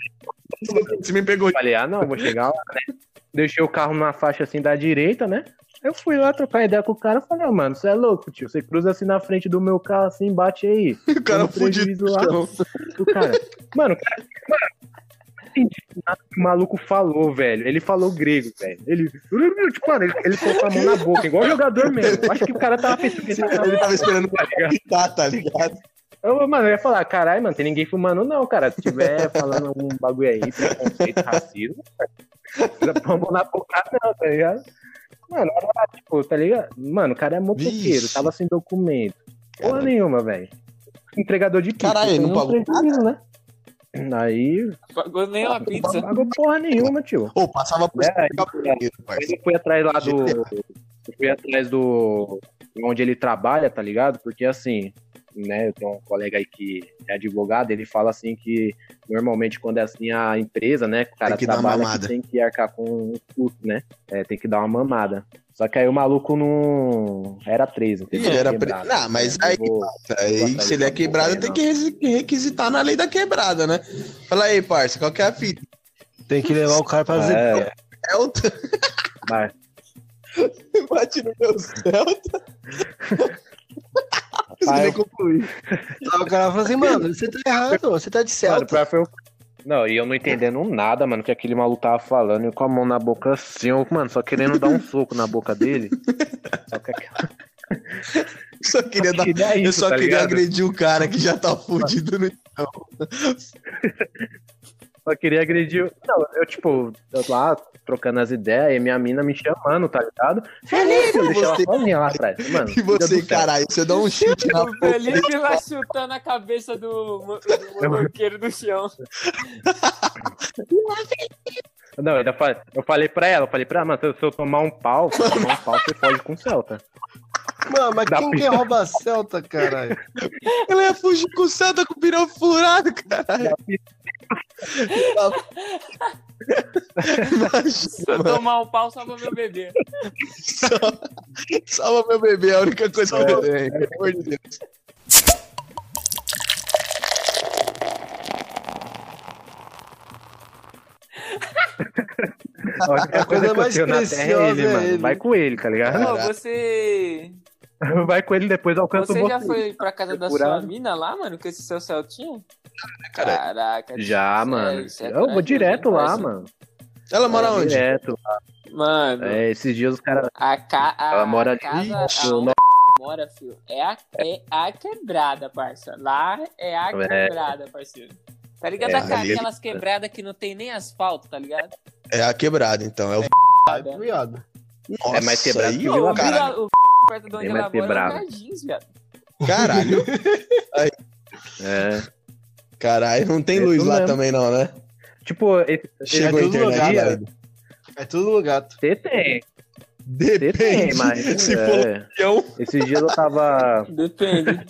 Speaker 5: Você me pegou.
Speaker 4: Falei, ah, não, vou chegar lá, né? Deixei o carro numa faixa assim da direita, né? Eu fui lá trocar ideia com o cara e falei, ah, mano, você é louco, tio. Você cruza assim na frente do meu carro, assim, bate aí.
Speaker 5: O cara
Speaker 4: Dando
Speaker 5: fudido. então.
Speaker 4: prejuízo lá. O cara, mano, o cara. Mano, eu não entendi nada que o maluco falou, velho. Ele falou grego, velho. Ele. Tipo, mano, ele, ele colocou a mão na boca, igual jogador mesmo. Eu Acho que o cara tava pensando que ele tava
Speaker 5: Ele tava esperando pra
Speaker 4: ligado?
Speaker 5: gritar, tá ligado?
Speaker 4: Eu, mano, eu ia falar, caralho, mano, tem ninguém fumando, não, cara. Se tiver falando algum bagulho aí, preconceito, racismo, cara, vamos na porrada, não, tá ligado? Mano, olha lá, tipo, tá ligado? Mano, o cara é motoqueiro,
Speaker 5: Vixe.
Speaker 4: tava sem documento. Porra
Speaker 5: Caralho.
Speaker 4: nenhuma, velho. Entregador de pizza.
Speaker 5: Caralho,
Speaker 4: tem
Speaker 5: não
Speaker 4: um
Speaker 5: pagou
Speaker 4: prejuízo, né? Aí,
Speaker 2: Pagou nem uma
Speaker 4: não
Speaker 2: pizza.
Speaker 4: pagou porra nenhuma, tio.
Speaker 5: Ô, passava por
Speaker 4: É,
Speaker 5: cima do
Speaker 4: aí,
Speaker 5: cabeleireiro, parceiro.
Speaker 4: Eu fui atrás lá do. Eu fui atrás do. Onde ele trabalha, tá ligado? Porque assim, né? Eu tenho um colega aí que é advogado, ele fala assim que normalmente quando é assim a empresa, né? que O cara
Speaker 5: Tem que dar
Speaker 4: trabalha,
Speaker 5: mamada.
Speaker 4: que tem que arcar com o custo, né? É, tem que dar uma mamada. Só que aí o maluco não. Era 13, entendeu?
Speaker 5: Ele era pre-
Speaker 4: Quebrado.
Speaker 5: Ah, mas
Speaker 4: Eu
Speaker 5: aí-
Speaker 4: vou-
Speaker 5: Aí, se ele é quebrado, tem que resi- requisitar na lei da quebrada, né? Fala aí, parça, qual que é a fita?
Speaker 6: Tem que levar o cara pra
Speaker 4: É,
Speaker 6: Zelda.
Speaker 5: É o
Speaker 4: mas-
Speaker 5: Bate no meu Celta.
Speaker 4: Ah, eu-
Speaker 6: O cara fala assim, mano, você tá errado, você tá de
Speaker 4: Mano,
Speaker 6: Celta.
Speaker 4: pior foi eu- Não, e eu não entendendo nada, mano, que aquele maluco tava falando, e com a mão na boca assim, eu, mano, só querendo dar um soco na boca dele. Só que
Speaker 5: Só queria dar...
Speaker 4: queria
Speaker 5: Eu
Speaker 4: isso,
Speaker 5: só
Speaker 4: tá
Speaker 5: queria
Speaker 4: ligado?
Speaker 5: agredir o cara que já tá fudido no.
Speaker 4: Só queria agredir. Não, eu, tipo, eu lá trocando as ideias e minha mina me chamando, tá ligado? Felipe, eu deixei ela
Speaker 5: você-
Speaker 4: sozinha lá atrás. Mano,
Speaker 5: E você,
Speaker 4: filha do céu.
Speaker 5: caralho, você dá um chute na
Speaker 2: O Felipe lá chutando a cabeça do, mo- do motoqueiro do chão.
Speaker 4: Não, eu ainda falei, eu falei pra ela, eu falei pra ela, mano, se eu tomar um pau, se eu tomar um pau, você pode com o Celta.
Speaker 6: Mano, mas
Speaker 4: Dá
Speaker 6: quem
Speaker 4: pra-
Speaker 6: que rouba a Celta, caralho?
Speaker 5: Ela ia fugir com o Santa com o pirão furado, caralho.
Speaker 2: Se eu tomar um pau, salva meu bebê.
Speaker 5: Salva, salva meu bebê, é a única coisa que eu tenho. Pelo amor de Deus.
Speaker 4: A única
Speaker 6: coisa
Speaker 4: coisa que eu
Speaker 6: mais
Speaker 4: tenho na terra
Speaker 6: preciosa
Speaker 4: é ele,
Speaker 6: é
Speaker 4: mano.
Speaker 6: ele.
Speaker 4: é
Speaker 5: é
Speaker 4: Vai com ele, tá ligado?
Speaker 2: Pô, você.
Speaker 4: Vai com ele depois, alcança
Speaker 2: Você
Speaker 4: o
Speaker 2: já
Speaker 4: você.
Speaker 2: foi pra casa da sua
Speaker 4: Procurado.
Speaker 2: mina lá, mano, com esse seu Celtinho?
Speaker 5: né, Cara,
Speaker 2: Ah, Caraca.
Speaker 4: Já,
Speaker 2: isso é-
Speaker 4: mano.
Speaker 2: isso é
Speaker 4: eu vou
Speaker 2: trágico,
Speaker 4: direto
Speaker 2: né?
Speaker 4: lá,
Speaker 2: Parece-
Speaker 4: mano.
Speaker 5: ela mora
Speaker 4: Vou
Speaker 5: onde?
Speaker 4: Direto.
Speaker 2: Mano,
Speaker 4: É, esses dias os caras.
Speaker 2: a, ca a
Speaker 4: Ela mora ali,
Speaker 2: casa
Speaker 4: no- né?
Speaker 2: aonde mora, filho, é a, é a quebrada, parça. Lá é a
Speaker 4: É.
Speaker 2: quebrado, parceiro. Tá ligado?
Speaker 4: É,
Speaker 2: Aquela-
Speaker 5: ali-
Speaker 2: Aquelas quebradas que não tem nem asfalto, tá ligado?
Speaker 5: É a quebrada, então. É o
Speaker 2: Quebrada.
Speaker 6: Tá Viado.
Speaker 5: Nossa,
Speaker 4: É mais quebrado
Speaker 5: aí,
Speaker 4: que
Speaker 2: Pô,
Speaker 4: Vila
Speaker 2: o
Speaker 5: cara.
Speaker 2: Vila- o perto de onde
Speaker 4: Bem
Speaker 2: ela
Speaker 4: mais
Speaker 2: mora é
Speaker 4: quebrado.
Speaker 2: Jardins, viado.
Speaker 5: Caralho,
Speaker 4: É.
Speaker 5: caralho, não tem
Speaker 4: É
Speaker 5: luz
Speaker 4: isso
Speaker 5: lá
Speaker 4: mesmo.
Speaker 5: também não, né?
Speaker 4: Tipo, esse-
Speaker 5: Chegou a
Speaker 6: todo
Speaker 5: internet
Speaker 6: lugar,
Speaker 5: lá.
Speaker 6: É tudo lugar.
Speaker 4: você tem. Você
Speaker 5: Depende.
Speaker 4: tem, mas.
Speaker 5: Se for um
Speaker 4: é.
Speaker 5: lampião,
Speaker 4: Esses dias eu tava.
Speaker 2: Depende.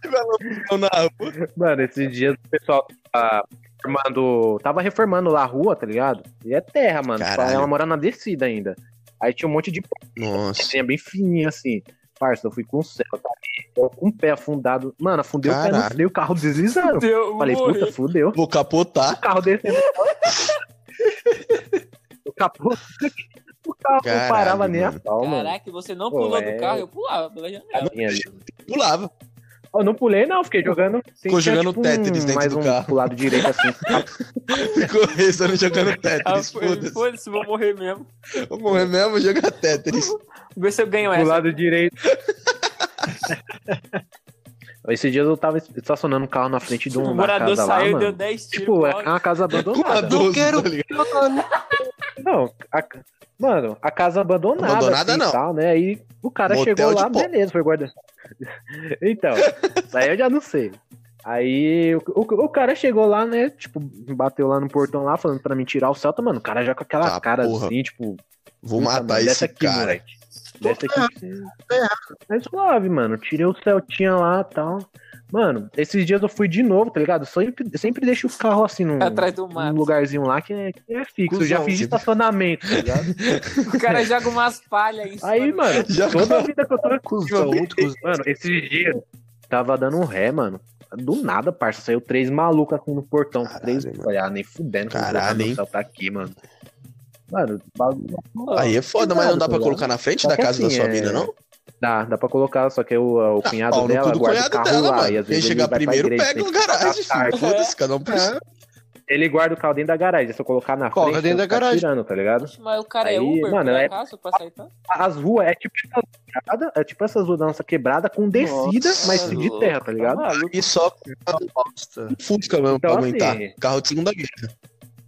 Speaker 5: tiver lampião um na rua.
Speaker 4: Mano, esses dias o pessoal tava reformando. Tava reformando lá a rua, tá ligado? E é terra, mano.
Speaker 5: Caralho.
Speaker 4: Ela mora na descida ainda. Aí tinha um monte de
Speaker 5: Nossa,
Speaker 4: Assim, é bem fininha, assim. Parça, eu fui com o céu, tá? Eu com o pé afundado. Mano, afundei o pé no
Speaker 5: Caralho.
Speaker 4: freio, o carro deslizando.
Speaker 2: Deu,
Speaker 4: Falei,
Speaker 2: morri.
Speaker 4: puta, fudeu.
Speaker 5: vou
Speaker 4: O
Speaker 5: capotar.
Speaker 4: carro descendo. o capô. O carro não
Speaker 5: Caralho,
Speaker 4: parava nem a
Speaker 5: mano.
Speaker 4: pau, mano.
Speaker 2: Caraca, você não
Speaker 4: Pô,
Speaker 2: pulou
Speaker 4: é-
Speaker 2: do carro, eu pulava pela janela.
Speaker 5: Pulava.
Speaker 4: Eu não pulei, não. Fiquei jogando. Assim,
Speaker 5: Ficou
Speaker 4: tinha,
Speaker 5: jogando Tetris dentro
Speaker 4: mais
Speaker 5: do
Speaker 4: um
Speaker 5: carro.
Speaker 4: pro lado direito, assim.
Speaker 5: Ficou rezando jogando
Speaker 2: Ah,
Speaker 5: Tetris.
Speaker 2: foda-se,
Speaker 5: Foda-se.
Speaker 2: foda-se, vou morrer mesmo.
Speaker 5: Vou morrer mesmo jogar Tetris.
Speaker 2: Vê se eu ganho
Speaker 4: pro
Speaker 2: essa.
Speaker 4: lado direito. Esses dias eu tava estacionando o carro na frente de
Speaker 2: O
Speaker 4: um da
Speaker 2: morador
Speaker 4: casa lá,
Speaker 2: saiu e deu
Speaker 4: mano.
Speaker 2: 10 tiros.
Speaker 4: Tipo, é
Speaker 2: Olha,
Speaker 4: uma casa
Speaker 5: Com a
Speaker 4: abandonada.
Speaker 5: 12,
Speaker 6: quero-
Speaker 5: tá ligado?
Speaker 4: Não, a, ca- mano, a casa abandonada.
Speaker 5: Abandonada,
Speaker 4: assim,
Speaker 5: não.
Speaker 4: Tal, né? Aí o cara
Speaker 5: Motel
Speaker 4: chegou
Speaker 5: de
Speaker 4: lá,
Speaker 5: pó.
Speaker 4: beleza, foi guarda. então, aí eu já não sei. Aí o, o- o cara chegou lá, né? Tipo, bateu lá no portão lá, falando pra mim tirar o Celta, mano. O cara já com aquela
Speaker 5: Tá,
Speaker 4: cara
Speaker 5: porra.
Speaker 4: assim, tipo,
Speaker 5: Vou
Speaker 4: puta,
Speaker 5: matar
Speaker 4: mano,
Speaker 5: esse
Speaker 4: desce
Speaker 5: cara.
Speaker 4: moleque. Desce aqui. É suave, mano. Tirei o Celtinha lá e tal. Mano, esses dias eu fui de novo, tá ligado? Sempre, sempre deixo o carro assim no,
Speaker 2: Atrás do
Speaker 4: um
Speaker 2: mato.
Speaker 4: lugarzinho lá que é, que é fixo.
Speaker 6: Cusão,
Speaker 4: já fiz
Speaker 5: você-
Speaker 4: estacionamento, tá ligado?
Speaker 2: O cara joga umas palhas em cima.
Speaker 4: Aí, mano,
Speaker 5: Já-
Speaker 4: toda a vida que eu tô.
Speaker 6: Cusão, muito cuzão.
Speaker 4: Mano, esses dias tava dando um ré, mano. Do nada, parça. Saiu três malucos assim no portão.
Speaker 5: Caralho,
Speaker 4: três.
Speaker 5: mano.
Speaker 4: Falei, ah, nem fudendo. que eu vou
Speaker 5: Caralho,
Speaker 4: colocar
Speaker 5: hein?
Speaker 4: no céu, Tá aqui, mano. Mano, bagulho-
Speaker 5: Aí é foda, mas não dá pra colocar na frente
Speaker 4: Só
Speaker 5: da
Speaker 4: que
Speaker 5: casa da
Speaker 4: assim,
Speaker 5: sua
Speaker 4: é-
Speaker 5: mina, não?
Speaker 4: dá, dá pra colocar, só que o, o
Speaker 5: Ah,
Speaker 4: cunhado
Speaker 5: pau no
Speaker 4: dela
Speaker 5: cu do
Speaker 4: guarda o
Speaker 5: cunhado
Speaker 4: carro
Speaker 5: dela,
Speaker 4: lá.
Speaker 5: mano.
Speaker 4: E às
Speaker 5: Quem
Speaker 4: vezes ele
Speaker 5: chegar
Speaker 4: vai pra
Speaker 5: primeiro
Speaker 4: igreja,
Speaker 5: pega
Speaker 4: tem
Speaker 5: no
Speaker 4: que
Speaker 5: garagem,
Speaker 4: passar tarde.
Speaker 5: filho. Foda-se, cada um por si.
Speaker 4: Ele guarda o carro dentro da garagem. É só colocar na
Speaker 6: Coloca
Speaker 4: frente,
Speaker 6: dentro da
Speaker 4: tá
Speaker 6: garagem.
Speaker 4: tirando, tá ligado?
Speaker 2: Mas o cara
Speaker 4: Aí,
Speaker 2: é Uber,
Speaker 4: mano,
Speaker 2: por
Speaker 4: é-
Speaker 2: acaso, pra sair tanto?
Speaker 4: as ruas é tipo essa quebrada, é tipo essas ruas da nossa quebrada com descida,
Speaker 5: Nossa,
Speaker 4: mas de
Speaker 2: louco.
Speaker 4: terra, tá ligado?
Speaker 5: E só
Speaker 6: Bosta.
Speaker 5: Fusca mesmo pra
Speaker 4: Então,
Speaker 5: aguentar.
Speaker 4: assim-
Speaker 5: Carro de segunda guerra.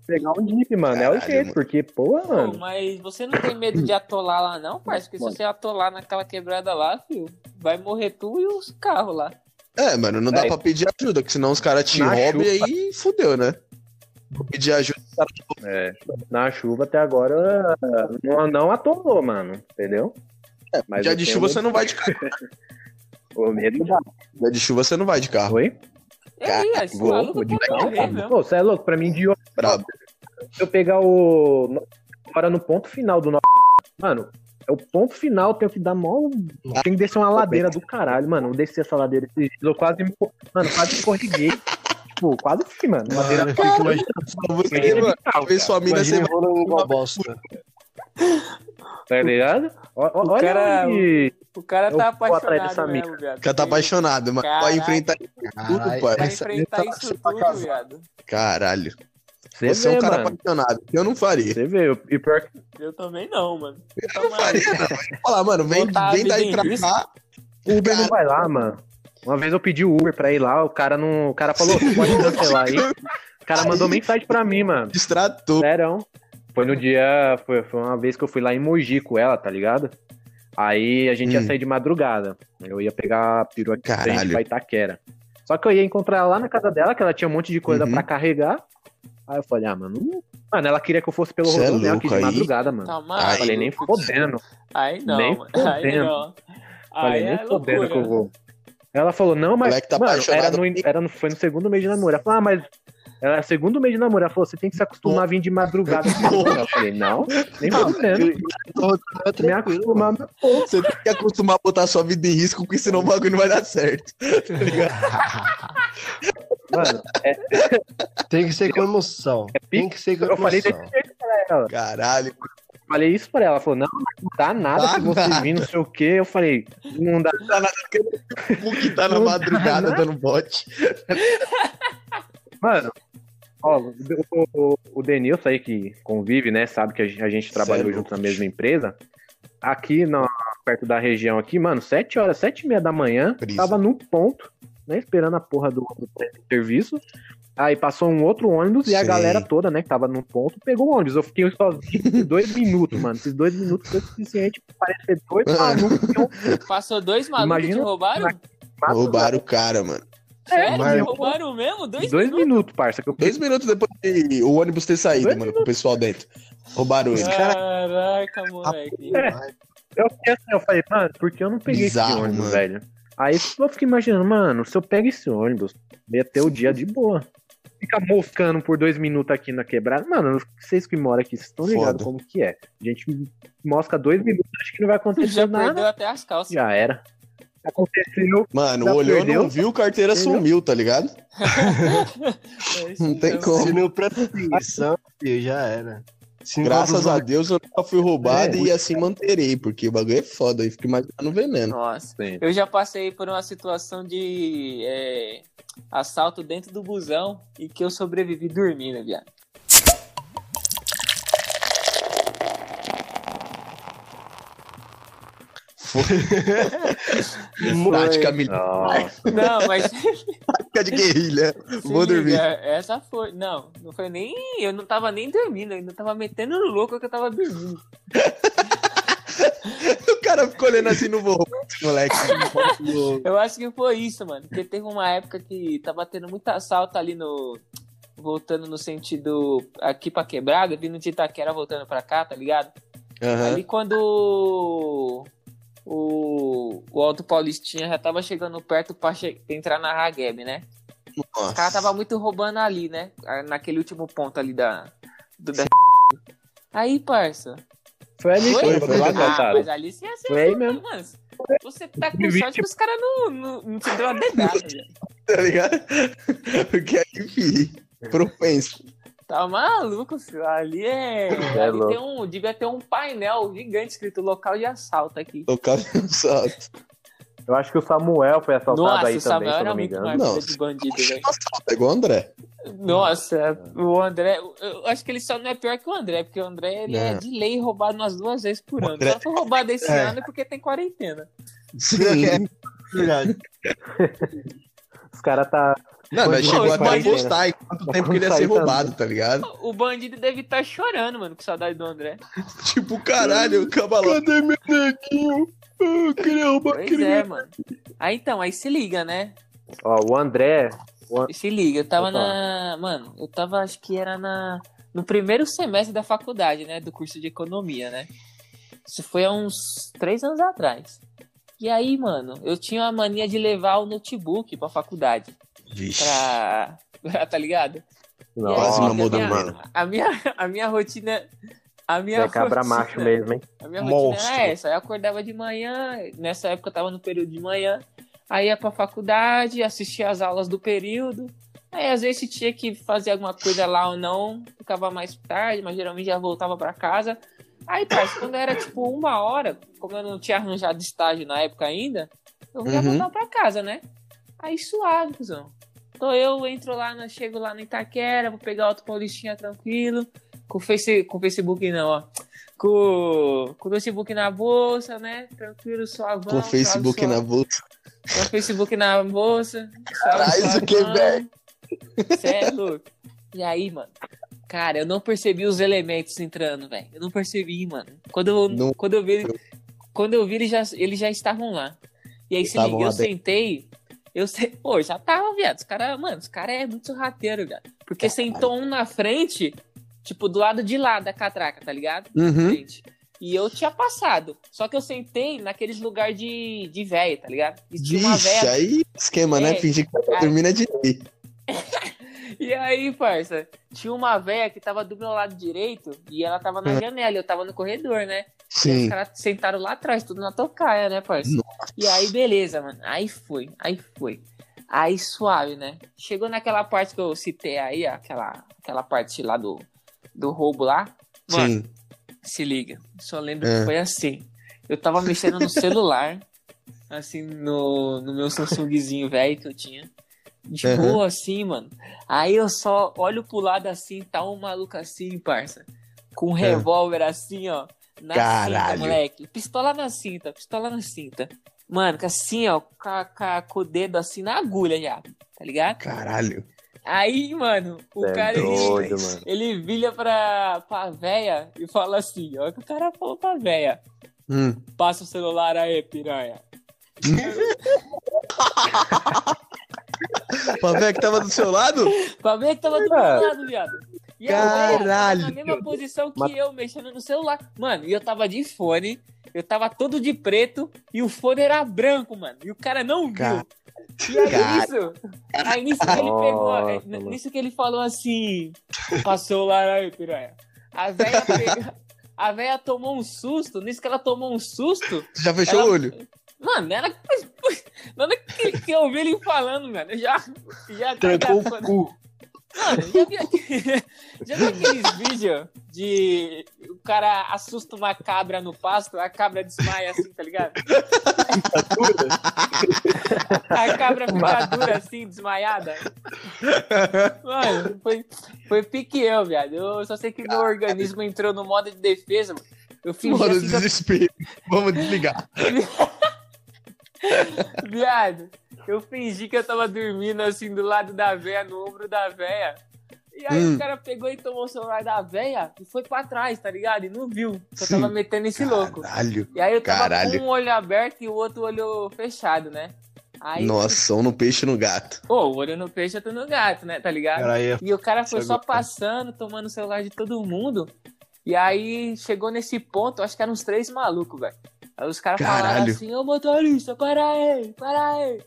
Speaker 4: Pegar um jeep, mano, é o
Speaker 5: Caralho,
Speaker 4: jeito,
Speaker 5: mano.
Speaker 4: porque, pô,
Speaker 2: Pô,
Speaker 4: mano.
Speaker 2: mas você não tem medo de atolar lá, não, parça? Porque se você atolar naquela quebrada lá, filho, vai morrer tu e os carros lá.
Speaker 5: É, mano, não dá
Speaker 4: É.
Speaker 5: pra pedir ajuda, porque senão os caras te
Speaker 4: Na
Speaker 5: roubam e aí fudeu, né? Vou pedir ajuda.
Speaker 4: é, na chuva até agora não, não atolou, mano, entendeu? É, Mas
Speaker 5: dia
Speaker 4: eu
Speaker 5: de
Speaker 4: tenho
Speaker 5: chuva
Speaker 4: medo-
Speaker 5: você não vai de carro.
Speaker 4: O medo dá.
Speaker 5: Dia de chuva você não vai de carro.
Speaker 4: Oi?
Speaker 2: E aí, esse
Speaker 5: vou-
Speaker 2: maluco
Speaker 5: vou
Speaker 2: pode
Speaker 4: Não,
Speaker 2: morrer
Speaker 4: cara.
Speaker 2: mesmo.
Speaker 4: Pô, você é louco, pra mim de hoje,
Speaker 5: Brabo.
Speaker 4: se eu pegar o. Agora no ponto final do nosso. Mano, é o ponto final, tenho que dar mó. Tem que descer uma ladeira do caralho, mano. Eu desci essa ladeira esses dias, eu quase me. Mano, quase escorreguei. tipo, quase fui, mano. Ladeira
Speaker 6: Cara, eu fico imaginando
Speaker 5: Só você,
Speaker 4: Imagina
Speaker 5: mano.
Speaker 4: de carro,
Speaker 5: Talvez
Speaker 4: cara.
Speaker 5: sua mina você
Speaker 6: imagina
Speaker 5: vai.
Speaker 6: rolando igual bosta.
Speaker 4: Tá ligado? Ó- ó-
Speaker 2: O
Speaker 4: olha
Speaker 2: cara-
Speaker 4: onde-
Speaker 2: O cara
Speaker 4: Eu
Speaker 2: tá
Speaker 4: vou atrás dessa
Speaker 2: apaixonado mesmo, viado.
Speaker 5: O cara tá apaixonado, tá mas
Speaker 2: Caralho.
Speaker 5: vai enfrentar isso tudo,
Speaker 6: Caralho,
Speaker 5: pai.
Speaker 2: Vai
Speaker 6: Essa-
Speaker 2: enfrentar
Speaker 6: essa-
Speaker 2: isso
Speaker 6: essa
Speaker 2: tudo,
Speaker 6: casa.
Speaker 2: viado.
Speaker 5: Caralho.
Speaker 4: Você
Speaker 5: você é
Speaker 4: vê,
Speaker 5: um cara
Speaker 4: mano.
Speaker 5: apaixonado. Eu não faria.
Speaker 4: Você vê. E pior que
Speaker 2: Eu também não, mano. Tá
Speaker 5: Eu não faria, não. Eu ia Falar, mano, vem,
Speaker 2: Botar a
Speaker 5: vem
Speaker 2: vida
Speaker 5: daí
Speaker 2: em
Speaker 5: pra
Speaker 2: risco.
Speaker 5: cá.
Speaker 4: o Uber não vai lá, mano. Uma vez eu pedi o Uber pra ir lá, o cara não. O cara falou, "Você pode cancelar aí. O cara mandou mensagem pra mim, mano.
Speaker 5: Distratou.
Speaker 4: Sério. Foi no dia. Foi, foi uma vez que eu fui lá em Mogi com ela, tá ligado? Aí a gente ia
Speaker 5: Hum.
Speaker 4: sair de madrugada. Eu ia pegar a perua aqui pra gente
Speaker 5: Caralho.
Speaker 4: pra Itaquera. Só que eu ia encontrar ela lá na casa dela, que ela tinha um monte de coisa
Speaker 5: Uhum.
Speaker 4: pra carregar. Aí eu falei, ah, mano. não- Mano, ela queria que eu fosse pelo
Speaker 5: Cê é
Speaker 4: rodel aqui de
Speaker 5: louco aí.
Speaker 4: madrugada, mano.
Speaker 2: Tá
Speaker 4: Aí
Speaker 2: maluco.
Speaker 4: eu falei, nem fodendo.
Speaker 2: Aí não,
Speaker 4: Nem
Speaker 2: mano. Aí
Speaker 4: fodendo.
Speaker 2: não. Aí
Speaker 4: Falei,
Speaker 2: é
Speaker 4: nem fodendo que eu
Speaker 2: loucura.
Speaker 4: vou. Ela falou, não, mas.
Speaker 5: Moleque tá
Speaker 4: mano,
Speaker 5: apaixonado
Speaker 4: era no,
Speaker 5: por mim.
Speaker 4: era no- foi no segundo mês de namoro. Ela falou, ah, mas. Era segundo mês de namoro. Ela falou, você tem que se acostumar a vir de madrugada. eu falei, não, nem fodendo. Me acostumar.
Speaker 5: Você tem que acostumar a botar sua vida em risco, porque senão o bagulho não vai dar certo.
Speaker 4: Mano,
Speaker 2: É
Speaker 6: Tem que ser com emoção. Tem que ser com
Speaker 4: eu falei
Speaker 6: emoção.
Speaker 4: desse jeito pra ela.
Speaker 5: Caralho.
Speaker 4: falei isso pra ela. Ela falou, não, não dá nada
Speaker 5: Dá
Speaker 4: se você
Speaker 5: nada.
Speaker 4: vir, não sei o quê. Eu falei, não dá.
Speaker 5: O que tá na
Speaker 4: Não dá
Speaker 5: madrugada
Speaker 4: nada.
Speaker 5: dando bote.
Speaker 4: Mano, ó, o, o, o Denilson aí que convive, né, sabe que a gente, a gente trabalhou
Speaker 5: Sério?
Speaker 4: junto na mesma empresa. Aqui, na, perto da região aqui, mano, sete horas, sete e meia da manhã,
Speaker 5: Brisa.
Speaker 4: tava no ponto, né, esperando a porra do, do serviço. Aí passou um outro ônibus e a
Speaker 5: Sei.
Speaker 4: galera toda, né, que tava no ponto, pegou o ônibus. Eu fiquei sozinho esses dois minutos, mano. Esses dois minutos foi suficiente pra parecer dois malucos que iam
Speaker 2: Passou dois malucos
Speaker 4: Imagina-
Speaker 2: que roubaram?
Speaker 4: matar os
Speaker 5: Roubaram o cara, mano.
Speaker 2: Sério?
Speaker 6: Mas-
Speaker 2: Roubaram mesmo? Dois,
Speaker 4: Dois, minutos, parça. Que eu
Speaker 5: Dois minutos depois de o ônibus ter saído,
Speaker 4: Dois
Speaker 5: mano, com o pessoal dentro. Roubaram ele.
Speaker 2: Caraca, moleque.
Speaker 4: É. Eu, fiquei assim, eu falei, mano, por que eu não peguei esse
Speaker 5: Bizarro,
Speaker 4: ônibus,
Speaker 5: mano.
Speaker 4: velho? Aí eu fiquei imaginando, mano, se eu pego esse ônibus, eu ia ter o dia de boa. Fica moscando por dois minutos aqui na quebrada. Mano, vocês que moram aqui, vocês estão ligados
Speaker 5: Foda.
Speaker 4: como que é. A gente mosca dois minutos, acho que não vai acontecer
Speaker 2: Já
Speaker 4: nada.
Speaker 2: perdeu até as calças.
Speaker 4: Já era. Aconteceu.
Speaker 5: Mano,
Speaker 4: Já
Speaker 5: olhou,
Speaker 4: perdeu?
Speaker 5: não viu, carteira
Speaker 4: Perdeu?
Speaker 5: sumiu, tá ligado?
Speaker 2: É isso
Speaker 5: Não tem
Speaker 2: mesmo.
Speaker 5: como.
Speaker 6: Se não presta atenção, filho, já era. Se não
Speaker 5: Graças a
Speaker 6: vai-
Speaker 5: Deus eu nunca fui roubado
Speaker 4: É.
Speaker 5: e assim manterei, porque o bagulho é foda, aí fica imaginando o veneno.
Speaker 2: Nossa.
Speaker 4: Sim.
Speaker 2: Eu já passei por uma situação de é, assalto dentro do busão e que eu sobrevivi dormindo, viado.
Speaker 5: Tática militar
Speaker 4: Nossa,
Speaker 2: Não, mas
Speaker 5: de guerrilha.
Speaker 2: se
Speaker 5: Vou dormir.
Speaker 2: liga, é, essa foi. Não, não foi nem. Eu não tava nem dormindo, eu ainda tava metendo louco que eu tava dormindo.
Speaker 5: O cara ficou olhando assim, não vou roubar esse moleque.
Speaker 2: Eu acho que foi isso, mano. Porque teve uma época que tava tendo muito assalto ali no. Voltando no sentido aqui pra quebrada, vindo de Itaquera voltando pra cá, tá ligado?
Speaker 5: Aham.
Speaker 2: Ali quando o, o Alto Paulistinha já tava chegando perto pra che- entrar na Hageb, né?
Speaker 5: Nossa.
Speaker 2: Os caras tava muito roubando ali, né? Ah, Naquele último ponto ali da. Do, da... Aí, parça.
Speaker 4: foi ali
Speaker 2: Foi?
Speaker 4: que
Speaker 5: Foi lá
Speaker 4: vocês
Speaker 5: mesmo.
Speaker 2: Ah,
Speaker 4: assaltaram.
Speaker 2: mas ali você ia ser
Speaker 4: Foi aí
Speaker 2: assaltado,
Speaker 4: mesmo.
Speaker 2: mano. Você tá com sorte que os caras não, não, não te deu uma dedada, velho.
Speaker 5: Tá ligado? Porque aí, fi, propenso.
Speaker 2: Tá maluco, filho. Ali é.
Speaker 4: É
Speaker 2: ali
Speaker 4: louco.
Speaker 2: tem um. Devia ter um painel gigante escrito local de assalto aqui.
Speaker 5: Local de assalto.
Speaker 3: Eu acho que o Samuel foi assaltado
Speaker 2: Nossa,
Speaker 3: aí
Speaker 2: o Samuel
Speaker 3: também, se eu
Speaker 2: era
Speaker 3: não me
Speaker 2: muito
Speaker 3: engano.
Speaker 2: mais vida
Speaker 5: Não.
Speaker 2: de bandido, velho.
Speaker 5: Assalto, é igual o André.
Speaker 2: Nossa, o André. Eu acho que ele só não é pior que o André, porque o André ele é
Speaker 5: Não.
Speaker 2: de lei roubado umas duas vezes por
Speaker 5: O
Speaker 2: ano.
Speaker 5: André-
Speaker 2: Só foi roubado esse
Speaker 6: É.
Speaker 2: ano porque tem quarentena.
Speaker 5: Sim.
Speaker 6: Verdade.
Speaker 3: Os caras tá.
Speaker 5: Não, mas
Speaker 3: Não,
Speaker 5: chegou
Speaker 2: isso
Speaker 5: até a
Speaker 2: daí-
Speaker 5: postar aí quanto tempo que ele ia ser roubado, tá ligado?
Speaker 2: O bandido deve estar chorando, mano, com saudade do André.
Speaker 5: Tipo, caralho, o cabalão.
Speaker 6: Cadê meu neguinho? Eu queria roubar
Speaker 2: Pois é, mano. Aí então, aí se liga, né?
Speaker 3: Ó, o André.
Speaker 2: Se liga, eu tava
Speaker 3: Opa.
Speaker 2: na. Mano, eu tava, acho que era na. No primeiro semestre da faculdade, né? Do curso de economia, né? Isso foi há uns três anos atrás. E aí, mano, eu tinha a mania de levar o notebook pra faculdade.
Speaker 5: Vixe.
Speaker 2: Pra. pra- tá ligado? E aí,
Speaker 5: Quase
Speaker 3: Nossa,
Speaker 5: uma
Speaker 2: a
Speaker 5: moda
Speaker 2: minha-
Speaker 5: humana.
Speaker 2: A minha, a minha rotina. A minha
Speaker 3: é cabra
Speaker 2: rotina-
Speaker 3: macho mesmo, hein?
Speaker 2: a minha
Speaker 5: Monstro.
Speaker 2: rotina era essa. Eu acordava de manhã, nessa época eu tava no período de manhã, aí ia pra faculdade, assistia as aulas do período. Aí às vezes se tinha que fazer alguma coisa lá ou não, ficava mais tarde, mas geralmente já voltava pra casa. Aí, parça, quando era tipo uma hora, como eu não tinha arranjado estágio na época ainda, eu ia
Speaker 5: Uhum.
Speaker 2: voltar pra casa, né? Aí suave, cuzão. Então eu entro lá, na- chego lá no Itaquera, vou pegar outro Paulistinha tranquilo, com o Face- com o Facebook não, ó com, com o notebook na bolsa, né? Tranquilo, suavão.
Speaker 5: Com o Facebook na bolsa.
Speaker 2: bolsa. Com o Facebook na bolsa.
Speaker 5: Caralho, isso que é velho.
Speaker 2: Cê é louco. E aí, mano? Cara, eu não percebi os elementos entrando, velho. Eu não percebi, mano. Quando eu,
Speaker 5: Não.
Speaker 2: quando eu vi, quando eu vi eles, já, eles já estavam lá. E aí, se
Speaker 5: Estavam
Speaker 2: liga, eu
Speaker 5: lá dentro.
Speaker 2: sentei. Eu sei, pô, já tava, viado. Os caras, mano, os caras é muito rateiro, viado. Porque sentou um na frente, tipo, do lado de lá da catraca, tá ligado?
Speaker 5: Uhum.
Speaker 2: gente. E eu tinha passado. Só que eu sentei naqueles lugar de, de véia, tá ligado? E tinha uma
Speaker 5: Vixe,
Speaker 2: véia.
Speaker 5: aí esquema, né?
Speaker 2: É.
Speaker 5: Fingir que tá
Speaker 2: Ai.
Speaker 5: dormindo é de lei.
Speaker 2: E aí, parça, tinha uma véia que tava do meu lado direito e ela tava na janela, e eu tava no corredor, né? Os
Speaker 5: Hum. Sim.
Speaker 2: caras sentaram lá atrás, tudo na tocaia, né, parça? E aí, beleza, mano. Aí foi, aí foi. Aí suave, né? Chegou naquela parte que eu citei aí, ó, aquela, aquela parte lá do, do roubo lá. Mano,
Speaker 5: Sim.
Speaker 2: Se liga. Só lembro
Speaker 5: É.
Speaker 2: que foi assim. Eu tava mexendo no celular, assim, no, no meu Samsungzinho velho que eu tinha. De
Speaker 5: Aham.
Speaker 2: boa, assim, mano. Aí eu só olho pro lado assim, tá um maluco assim, parça. Com um revólver assim, ó. Na
Speaker 5: É. Caralho.
Speaker 2: cinta, moleque. Pistola na cinta, pistola na cinta. Mano, que assim, ó, ca- ca- com o dedo assim na agulha já, tá ligado?
Speaker 5: Caralho.
Speaker 2: Aí, mano, o
Speaker 3: É
Speaker 2: cara ele,
Speaker 3: doido, mano.
Speaker 2: ele vira pra, pra véia e fala assim: ó, o que o cara falou pra véia.
Speaker 5: Hum.
Speaker 2: Passa o celular aí, piranha.
Speaker 5: Pra ver que tava do seu lado?
Speaker 2: Pra ver que tava do meu
Speaker 3: Caralho.
Speaker 2: lado, viado. E a véia tava na
Speaker 5: Caralho.
Speaker 2: mesma posição que
Speaker 3: Mas-
Speaker 2: eu, mexendo no celular. Mano, e eu tava de fone, eu tava todo de preto e o fone era branco, mano. E o cara não viu.
Speaker 5: Cara.
Speaker 2: E aí,
Speaker 5: Cara.
Speaker 2: nisso, aí nisso que ele pegou,
Speaker 3: Nossa,
Speaker 2: é,
Speaker 3: mano.
Speaker 2: nisso que ele falou assim, passou lá aí, piranha. A velha A véia tomou um susto, nisso que ela tomou um susto.
Speaker 5: Você já fechou
Speaker 2: Ela-
Speaker 5: o olho?
Speaker 2: Mano, na hora, na hora que, que eu ouvi ele falando, mano, eu já. já
Speaker 6: Trancou
Speaker 2: já-
Speaker 6: o cu.
Speaker 2: Mano, já vi, aquele- já vi aqueles vídeos de o cara assusta uma cabra no pasto, a cabra desmaia assim, tá ligado?
Speaker 5: Tá
Speaker 2: a cabra fica dura assim, desmaiada. Mano, foi, foi pique eu, viado. Eu só sei que meu organismo entrou no modo de defesa, mano. Eu fingi
Speaker 5: Mano,
Speaker 2: assim que eu
Speaker 5: desespero. Vamos desligar.
Speaker 2: Viado, eu fingi que eu tava dormindo assim do lado da véia, no ombro da véia. E aí
Speaker 5: Hum.
Speaker 2: o cara pegou e tomou o celular da véia e foi pra trás, tá ligado? E não viu. Só tava
Speaker 5: Sim.
Speaker 2: metendo esse louco.
Speaker 5: Caralho.
Speaker 2: E aí eu tava
Speaker 5: Caralho.
Speaker 2: com um olho aberto e o outro olho fechado, né? Aí,
Speaker 5: Nossa, um no peixe e no gato.
Speaker 2: Pô, o olho no peixe, outro no gato, né? Tá ligado?
Speaker 6: Cara, aí é
Speaker 2: E o cara foi
Speaker 6: Chegou.
Speaker 2: só passando, tomando o celular de todo mundo. E aí chegou nesse ponto, acho que eram uns três malucos, velho. Aí os caras falaram
Speaker 5: Caralho.
Speaker 2: assim, ô motorista, para aí, para aí.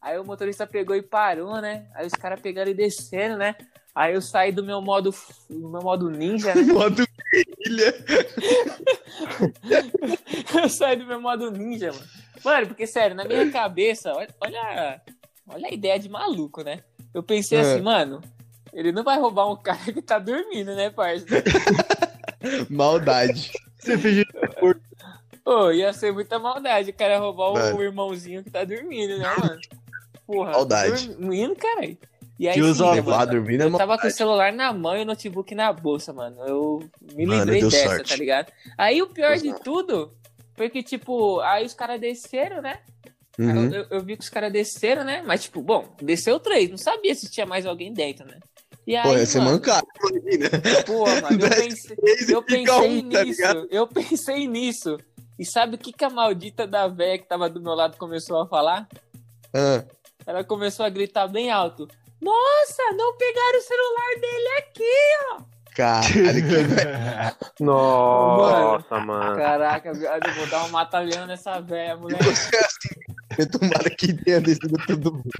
Speaker 2: Aí o motorista pegou e parou, né? Aí os caras pegaram e desceram, né? Aí eu saí do meu modo, do meu modo ninja, né?
Speaker 5: Modo guerrilha.
Speaker 2: eu saí do meu modo ninja, mano. Mano, porque sério, na minha cabeça, olha, olha, olha a ideia de maluco, né? Eu pensei
Speaker 5: É.
Speaker 2: assim, mano, ele não vai roubar um cara que tá dormindo, né, parça?
Speaker 5: Maldade.
Speaker 6: Você fingiu
Speaker 2: Pô, ia ser muita maldade o cara roubar o,
Speaker 5: Mano.
Speaker 2: irmãozinho que tá dormindo, né, mano? Porra.
Speaker 5: Maldade.
Speaker 2: Dormindo, caralho. E aí,
Speaker 6: Que usa
Speaker 2: sim, né,
Speaker 5: Levar
Speaker 2: mano?
Speaker 5: dormindo é
Speaker 2: Eu
Speaker 5: uma...
Speaker 2: tava com o celular na mão e o notebook na bolsa, mano. Eu me
Speaker 5: Mano,
Speaker 2: lembrei
Speaker 5: deu
Speaker 2: dessa,
Speaker 5: sorte.
Speaker 2: tá ligado? Aí o pior
Speaker 5: Deu
Speaker 2: de tudo foi que, tipo, aí os caras desceram, né?
Speaker 5: Uhum.
Speaker 2: Eu, eu- eu vi que os caras desceram, né? Mas, tipo, bom, desceu três. Não sabia se tinha mais alguém dentro, né? E aí,
Speaker 5: Pô, ia ser
Speaker 2: mano,
Speaker 5: mancado.
Speaker 2: Pô, mano, eu pensei, eu
Speaker 5: fica
Speaker 2: pensei
Speaker 5: um, tá
Speaker 2: nisso. eu pensei nisso. E sabe o que, que a maldita da véia que tava do meu lado começou a falar?
Speaker 5: Ah,
Speaker 2: Ela começou a gritar bem alto. Nossa, não pegaram o celular dele aqui!
Speaker 5: caralho, que
Speaker 3: Nossa, mano.
Speaker 2: Caraca, viado, eu vou dar um matalhão nessa véia, moleque.
Speaker 5: você é assim. Tomara que entenda isso de todo mundo.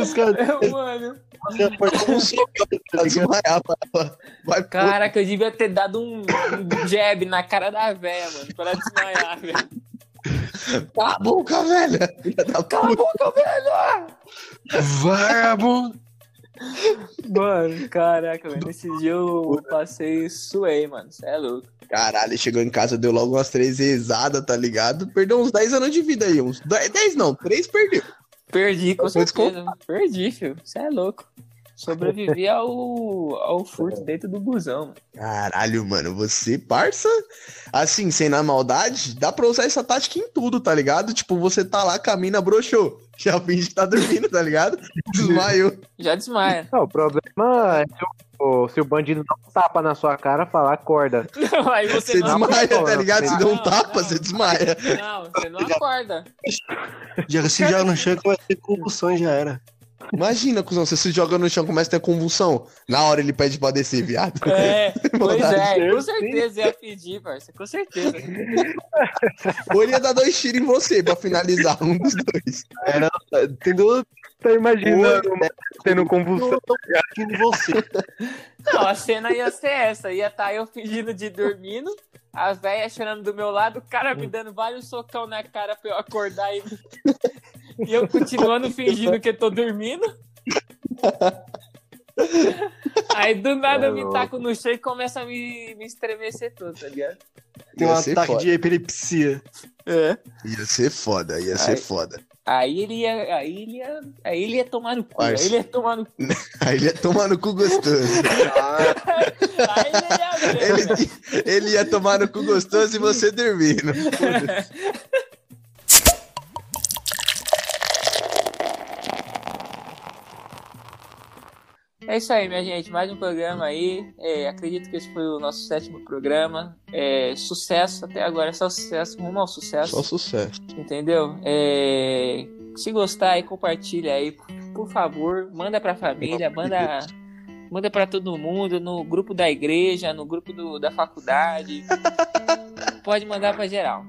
Speaker 6: Os caras
Speaker 2: Eu, mano.
Speaker 6: já foi com um socão, tá ligado?
Speaker 5: Desmaiar pra ela. Vai, pô,
Speaker 2: Caraca, eu devia ter dado um, um jab na cara da véia, mano, pra ela desmaiar, velho.
Speaker 5: cala a boca, velha. Filha da
Speaker 2: Cala a
Speaker 5: puta.
Speaker 2: boca, velho!
Speaker 6: Vagabundo!
Speaker 2: Mano, caraca, velho. Nesse dia eu passei e suei, mano. Cê é louco.
Speaker 5: Caralho, chegou em casa, deu logo umas três risadas, tá ligado? Perdeu uns 10 anos de vida aí. Uns 10, 10 não, 3 perdeu.
Speaker 2: Perdi, com
Speaker 5: Eu vou
Speaker 2: certeza. Perdi, filho. Você é louco. Sobrevivi ao, ao furto dentro do busão, mano.
Speaker 5: Caralho, mano, você, parça, assim, sem na maldade, dá pra usar essa tática em tudo, tá ligado? Tipo, você tá lá, camina, broxou. Já finge que tá dormindo, tá ligado? Desmaiou.
Speaker 2: Já desmaia.
Speaker 3: Não, o problema é se o, se o bandido dá um tapa na sua cara, falar acorda.
Speaker 2: Não, aí você
Speaker 5: Você
Speaker 2: não
Speaker 5: desmaia,
Speaker 3: acorda,
Speaker 5: tá ligado? Você
Speaker 2: não,
Speaker 5: deu um
Speaker 2: não,
Speaker 5: tapa,
Speaker 2: não.
Speaker 5: você desmaia.
Speaker 2: Não, você não acorda.
Speaker 6: Já se joga no chão, começa a ter convulsões, já era.
Speaker 5: Imagina, cuzão, você se joga no chão, começa a ter convulsão. Na hora ele pede pra descer, viado.
Speaker 2: É, pois é, com
Speaker 3: Deus,
Speaker 2: certeza ia pedir, parça. Com certeza.
Speaker 5: Ou ele ia dar dois tiros em você pra finalizar um dos dois.
Speaker 6: Entendeu?
Speaker 4: Tá imaginando mano, tendo convulsão.
Speaker 6: Que de você.
Speaker 2: Não, a cena ia ser essa. Ia estar eu fingindo de dormindo, a véia chorando do meu lado, o cara me dando vários socão na cara pra eu acordar e, e eu continuando fingindo que eu tô dormindo. Aí do nada
Speaker 5: É
Speaker 2: eu me
Speaker 5: louco.
Speaker 2: taco no chão e começa a me, me estremecer todo, tá ligado?
Speaker 6: Tem um
Speaker 5: Ia ser
Speaker 6: ataque
Speaker 5: foda.
Speaker 6: de epilepsia.
Speaker 2: É.
Speaker 5: Ia ser foda, ia ser
Speaker 2: Ai.
Speaker 5: foda.
Speaker 2: Aí ele ia. Aí ele ia. Aí ele ia tomar no cu. Aí
Speaker 5: Parça.
Speaker 2: ele ia tomar no cu.
Speaker 5: Aí ele ia tomar no cu gostoso.
Speaker 2: Aí ele ia. né?
Speaker 5: ele, ele ia tomar no cu gostoso e você dormindo.
Speaker 2: É isso aí, minha gente. Mais um programa aí. É, acredito que esse foi o nosso sétimo programa. É, sucesso até agora, só sucesso, rumo ao sucesso.
Speaker 5: Só sucesso.
Speaker 2: Entendeu? É, se gostar aí, compartilha aí, por favor. Manda pra família, manda. Manda pra todo mundo, no grupo da igreja, no grupo do- da faculdade. Pode mandar pra geral.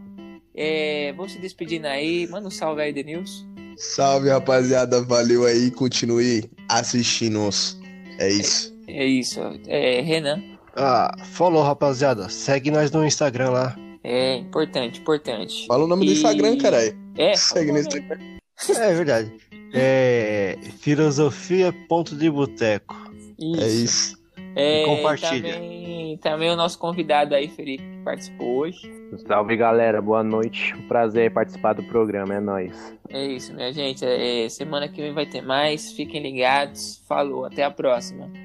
Speaker 2: É, vou se despedindo aí. Manda um salve aí, Denilson.
Speaker 5: Salve, rapaziada. Valeu aí. Continue assistindo-nos. É isso.
Speaker 2: É isso. É, Renan.
Speaker 6: Ah, falou, rapaziada. Segue nós no Instagram lá.
Speaker 2: É importante, importante.
Speaker 5: Fala o nome do
Speaker 2: E-
Speaker 5: Instagram, caralho.
Speaker 2: É,
Speaker 5: Segue no Instagram.
Speaker 6: É verdade. É. Filosofia ponto de boteco.
Speaker 5: É isso.
Speaker 2: É,
Speaker 6: E compartilha.
Speaker 2: e Também, também o nosso convidado aí, Felipe, que participou hoje.
Speaker 4: Salve, galera. Boa noite. Um prazer participar do programa. É nóis.
Speaker 2: É isso, minha gente. É, semana que vem vai ter mais. Fiquem ligados. Falou, até a próxima.